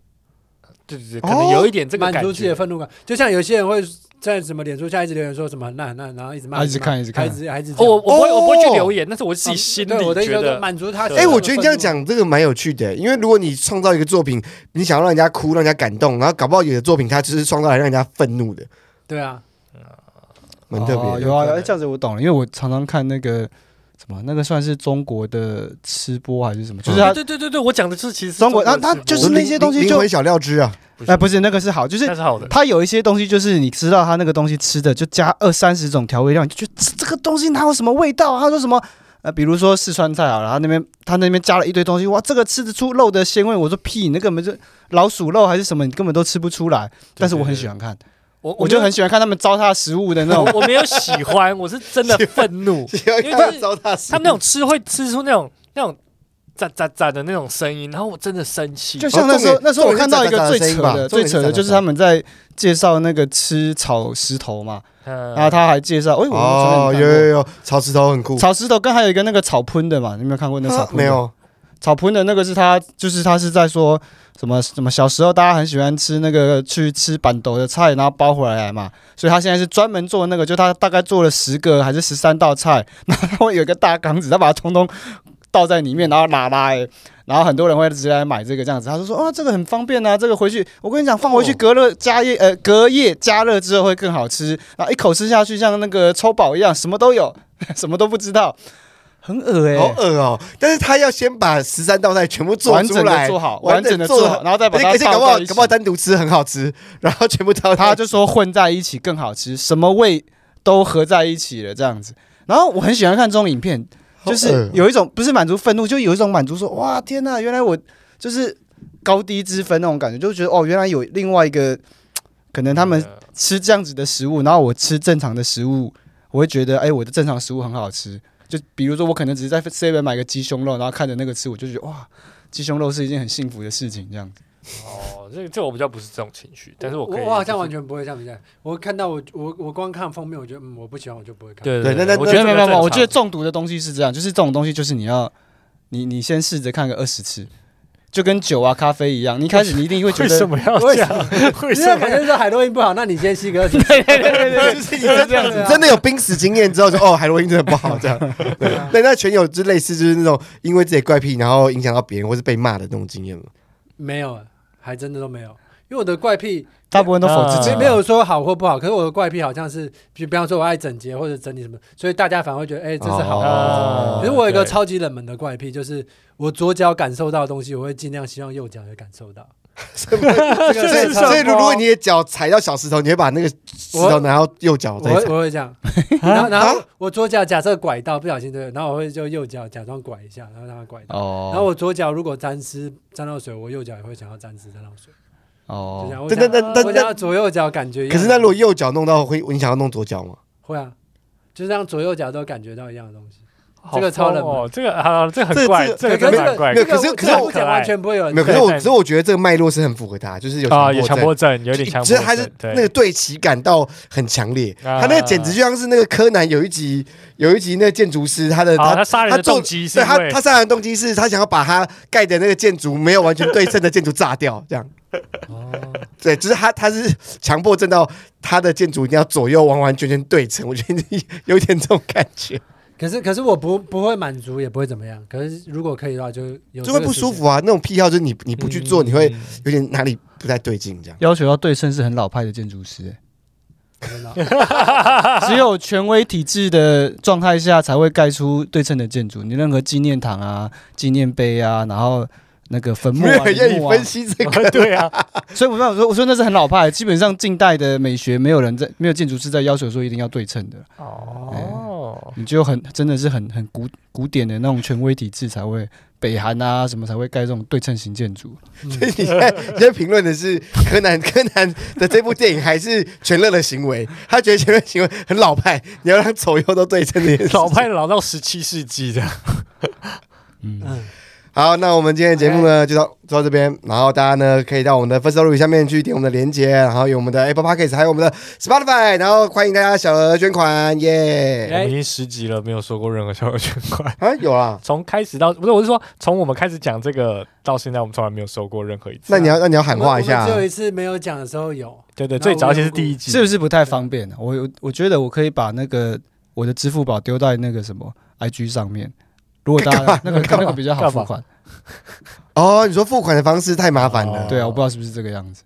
Speaker 4: 对对对，可能有一点这个
Speaker 1: 满
Speaker 4: 感
Speaker 1: 足自己
Speaker 4: 觉
Speaker 1: 的。愤怒感。就像有些人会在什么脸书下一直留言说什么很烂很烂，然后一直骂，
Speaker 3: 啊一直看一直看
Speaker 1: 还一直还一直
Speaker 4: 哦，我我不会，
Speaker 2: 哦
Speaker 4: 我不会去留言，但是我自己心
Speaker 1: 对我的
Speaker 4: 里
Speaker 1: 意思
Speaker 4: 觉
Speaker 1: 就是说
Speaker 4: 得，
Speaker 1: 满足他。
Speaker 4: 对啊
Speaker 2: 哎、我觉得你这样，讲这个蛮有趣的，因为如果你创造一个作品，你想要让人家哭，让人家感动，然后搞不好有的作品它就是创造来让人家愤怒的，
Speaker 1: 对啊，
Speaker 2: 蛮特别的。
Speaker 3: 哦有啊，有啊这样子我懂了，因为我常常看那个什么，那个算是中国的吃播还是什么，就是他
Speaker 4: 对对对对对，我讲的是其实是
Speaker 3: 中国
Speaker 4: 的
Speaker 3: 那那
Speaker 4: 事
Speaker 3: 就
Speaker 2: 我
Speaker 3: 是
Speaker 2: 说
Speaker 3: 那
Speaker 2: 灵
Speaker 3: 些东西
Speaker 2: 灵
Speaker 3: 就
Speaker 2: 灵魂小料汁 啊，
Speaker 3: 哎不是那个是好，就是
Speaker 4: 但是好的，
Speaker 3: 它有一些东西，就是你知道它那个东西吃的就加二三十种调味料，你就觉得这这个东西哪有什么味道、啊？他说什么？呃，比如说四川菜啊，然后那边他那边加了一堆东西，哇，这个吃得出肉的鲜味。我说屁，你那根本就老鼠肉还是什么，你根本都吃不出来。但是我很喜欢看，
Speaker 4: 我
Speaker 3: 我
Speaker 4: 没有
Speaker 3: 就很喜欢看他们糟蹋食物的那种
Speaker 4: 我。我没有喜欢，我是真的愤怒。
Speaker 2: 因
Speaker 4: 为就是
Speaker 2: 糟蹋食
Speaker 4: 他们那种吃会吃出那种那种咋咋咋的那种声音，然后我真的生气。
Speaker 3: 就像那时候
Speaker 2: 哦重点，
Speaker 3: 那时候我看到一个最扯
Speaker 2: 重
Speaker 3: 的，最
Speaker 2: 点是
Speaker 3: 扯
Speaker 2: 长得
Speaker 3: 的就是他们在介绍那个吃炒石头嘛，
Speaker 4: 嗯
Speaker 2: 啊
Speaker 3: 然后他还介绍，哎，
Speaker 2: 哦，
Speaker 3: 我们
Speaker 2: 有
Speaker 3: 昨天看过
Speaker 2: 有有，炒石头很酷，
Speaker 3: 炒石头跟还有一个那个炒喷的嘛，你有没有看过那炒
Speaker 2: 啊
Speaker 3: 喷的？
Speaker 2: 没有
Speaker 3: 草喷的那个是他，就是他是在说什么什么小时候大家很喜欢吃那个去吃板豆的菜，然后包回来嘛，所以他现在是专门做那个，就他大概做了十个还是十三道菜，然后他会有一个大缸子，他把它通通倒在里面，然后拿来。然后很多人会直接来买这个这样子，他就说啊，这个很方便啊，这个回去我跟你讲，放回去
Speaker 2: 哦
Speaker 3: 隔热加热，呃，隔夜加热之后会更好吃，然后一口吃下去像那个抽宝一样，什么都有，什么都不知道，很恶哎、
Speaker 2: 好恶哦，但是他要先把十三道菜全部做
Speaker 3: 完整
Speaker 2: 出
Speaker 3: 的
Speaker 2: 来，
Speaker 3: 做好，
Speaker 2: 完
Speaker 3: 完
Speaker 2: 整
Speaker 3: 整
Speaker 2: 地
Speaker 3: 的
Speaker 2: 做
Speaker 3: 做
Speaker 2: 好
Speaker 3: 好，然后再把它
Speaker 2: 而且搞不
Speaker 3: 倒
Speaker 2: 好
Speaker 3: 在一起
Speaker 2: 搞 不好单独吃很好吃，然后全部倒
Speaker 3: 他就说混在一起更好吃，什么味都合在一起了这样子。然后我很喜欢看这种影片，就
Speaker 2: 好
Speaker 3: 是
Speaker 2: 恶
Speaker 3: 有一种不是满足愤怒，就有一种满足说哇天呐，原来我就是高低之分那种感觉，就觉得哦原来有另外一个可能他们
Speaker 4: 嗯
Speaker 3: 吃这样子的食物，然后我吃正常的食物，我会觉得哎、我的正常食物很好吃。就比如说我可能只是在 seven 买个鸡胸肉，然后看着那个吃，我就觉得哇，鸡胸肉是一件很幸福的事情这样子。
Speaker 4: 哦，这这我比较不是这种情绪，但是
Speaker 1: 我
Speaker 4: 我可以，
Speaker 1: 我好像完全不会这样比较。我看到我我我光看封面，我觉得嗯我不喜欢，我就不会看。
Speaker 4: 对
Speaker 2: 对那那
Speaker 4: 我
Speaker 2: 那
Speaker 4: 觉得
Speaker 3: 没有没有没有，我觉得
Speaker 4: 这
Speaker 3: 中毒的东西是这样，就是这种东西就是你要，你你先试着看个二十次，就跟酒啊咖啡一样，你一开始你一定会
Speaker 4: 个
Speaker 3: 觉
Speaker 4: 正常为什
Speaker 3: 得。
Speaker 4: 么要这样？ 为
Speaker 1: 你这
Speaker 4: 什
Speaker 1: 感
Speaker 4: 么？
Speaker 1: 觉说海洛因不好，那你先吸个二十。
Speaker 2: 就是你真
Speaker 1: 这样子
Speaker 2: 你真的有濒死经验之后就哦， 海洛因真的不好这样。 对那那全有之类似就是那种因为自己的怪癖，然后影响到别人或是被骂的那种经验吗？
Speaker 1: 没有，还真的都没有。因为我的怪癖
Speaker 3: 大部分都否自己
Speaker 1: 没
Speaker 4: 啊
Speaker 1: 没有说好或不好，可是我的怪癖好像是，比比方说我爱整洁或者整理什么，所以大家反而会觉得，哎、这是好的。
Speaker 4: 哦
Speaker 1: 可是我有一个
Speaker 4: 对
Speaker 1: 超级冷门的怪癖，就是我左脚感受到的东西，我会尽量希望右 脚也感受到。
Speaker 2: 所以
Speaker 4: 这是啊什么
Speaker 2: 所以如果你的脚踩到小石头，你会把那个啊石头拿到右脚
Speaker 1: 我
Speaker 2: 再
Speaker 1: 会
Speaker 2: 踩。
Speaker 1: 我会这 样，然后然后我左脚假设拐到不小心对，然后我会就右脚假装拐一下，然后让它拐到。
Speaker 3: 哦，
Speaker 1: 然后我左脚如果沾湿沾到水，我右脚也会想要沾湿沾到水，就这
Speaker 3: 哦，
Speaker 1: 样。我
Speaker 2: 但
Speaker 1: 想
Speaker 2: 但但但
Speaker 1: 我想要左右脚感觉一样。
Speaker 2: 可是那如果右脚弄到会，你想要弄左脚吗？
Speaker 1: 会啊，就是让左右脚都感觉到一样的东西。这个超冷门
Speaker 4: 哦，这个啊，这个
Speaker 2: 这
Speaker 4: 很
Speaker 2: 个
Speaker 4: 怪，
Speaker 2: 这
Speaker 4: 这
Speaker 2: 个
Speaker 4: 个真的很怪
Speaker 2: 没有。可是
Speaker 1: 这个
Speaker 2: 可是
Speaker 1: 我
Speaker 4: 我
Speaker 1: 讲完全不会有人
Speaker 2: 没有，可是
Speaker 1: 对
Speaker 2: 我
Speaker 4: 呃对
Speaker 2: 可是我觉得这个脉络是很符合他，就是有
Speaker 4: 啊，有强
Speaker 2: 强
Speaker 4: 迫
Speaker 2: 迫
Speaker 4: 症，有
Speaker 2: 症，
Speaker 4: 点强迫
Speaker 2: 其
Speaker 4: 症
Speaker 2: 实，他是
Speaker 4: 对
Speaker 2: 那个对其感到很强烈，
Speaker 4: 啊
Speaker 2: 他那个简直就像是那个柯南有一集有一集那个建筑师他的
Speaker 4: 啊，
Speaker 2: 他
Speaker 4: 他杀人
Speaker 2: 他
Speaker 4: 的
Speaker 2: 做
Speaker 4: 动机是
Speaker 2: 对
Speaker 4: 因
Speaker 2: 他
Speaker 4: 为
Speaker 2: 他杀人的动机是他想要把他盖的那个建筑没有完全对称的建筑炸掉，这样
Speaker 1: 哦，
Speaker 2: 对，就是他他是强迫症到他的建筑一定要左右完完全全对称，我觉得你有点这种感觉，
Speaker 1: 可是可是我不不会满足，也不会怎么样。可是如果可以的话，就有
Speaker 2: 就会不舒服啊。那种癖好就是你你不去
Speaker 4: 嗯
Speaker 2: 做，你会有点哪里不太对劲这样。
Speaker 3: 要求要对称是很老派的建筑师，
Speaker 1: 这个事情。真的
Speaker 3: 只有权威体制的状态下才会盖出对称的建筑。你任何纪念堂啊、纪念碑啊，然后那个坟墓
Speaker 2: 没有
Speaker 3: 啊、
Speaker 2: 人愿
Speaker 3: 陵
Speaker 2: 意
Speaker 3: 墓啊
Speaker 2: 分，析这个，
Speaker 4: 对啊，
Speaker 3: 所以我说我说那是很老派。基本上近代的美学，没有人在没有建筑师在要求说一定要对称的，
Speaker 2: 嗯
Speaker 4: 哦，
Speaker 3: 你就很真的是很很古古典的那种权威体制才会北韩啊什么才会盖这种对称型建筑。
Speaker 2: 所以你现在你现在评论的是柯南柯南的这部电影还是全乐的行为？他觉得全乐行为很老派，你要让左右都 对称的。
Speaker 4: 老派老到十七世纪的，
Speaker 3: 嗯，
Speaker 1: 嗯，
Speaker 2: 好，那我们今天的节目
Speaker 1: 哎
Speaker 2: 呢，就到就到这边。然后大家呢，可以到我们的 First Story 下面去点我们的链接，然后有我们的 Apple Podcast，还有我们的 Spotify，然后欢迎大家小额捐款，
Speaker 4: 哎我
Speaker 1: 哎
Speaker 2: 耶、
Speaker 4: 们已经十集了，没有说过任何小额捐款。
Speaker 2: 啊，有啦。
Speaker 4: 从开始到不是，我是说从我们开始讲这个到现在，我们从来没有收过任何一次。啊
Speaker 2: 那你要那你 要喊话一下
Speaker 1: 啊我们我们只有一次没有讲的时候有，
Speaker 4: 对对，
Speaker 1: 那
Speaker 4: 最早
Speaker 1: 我
Speaker 4: 其实
Speaker 1: 有
Speaker 4: 第一集
Speaker 3: 是不是不太方便呢、我我我觉得我可以把那个我的支付宝丢在那个什么 IG 上面，如果大家那个那个比较好付款。
Speaker 2: 哦，你说付款的方式太麻烦了，
Speaker 4: 哦
Speaker 3: 对啊，我不知道是不是这个样子。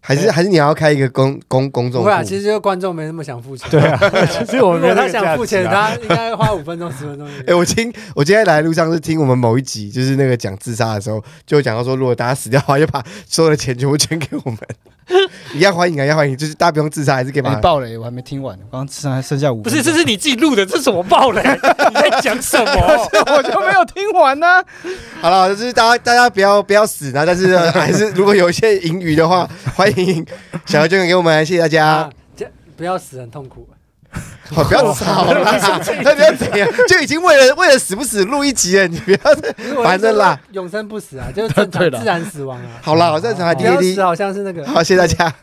Speaker 2: 还是还是你要开一个公公公众
Speaker 1: 不
Speaker 2: 户
Speaker 1: 会？啊。其实就观众没那么想付钱。
Speaker 4: 对 啊， 其实我
Speaker 1: 如果
Speaker 4: 们没有那
Speaker 1: 他
Speaker 4: 个价值啊
Speaker 1: 想付钱，他应该花五分钟、十分钟。
Speaker 2: 哎、我今我今天来路上是听我们某一集，就是那个讲自杀的时候，就讲到说，如果大家死掉的话，就把所有的钱全部捐给 我们，一样欢迎啊，一样欢迎，就是大家不用自杀，还是可以
Speaker 3: 哎
Speaker 2: 把
Speaker 3: 你爆雷，我还没听完，我刚刚剩还剩下五
Speaker 4: 不
Speaker 3: 分钟。
Speaker 4: 是，这是你自己录的，这是什么爆 雷？你在讲什么？
Speaker 3: 我就没有听完啊呢、
Speaker 2: 好了，就是大家大家不要不要死啊，但是呢 还是如果有一些盈余的话，欢迎小额捐款给我们，谢谢大家
Speaker 1: 啊。，这不要死很痛苦。
Speaker 2: 好，不要吵了啦，那不要怎样，就已经为了为了死不死录一集了，你不要烦的啦，
Speaker 1: 永生不死啊，就是正常
Speaker 3: 对啦
Speaker 1: 自然死亡啊。
Speaker 2: 好啦，好正常啊，
Speaker 1: 不
Speaker 2: 滴
Speaker 1: 要
Speaker 2: 滴
Speaker 1: 死，，好像是那个。
Speaker 2: 好，谢谢大家。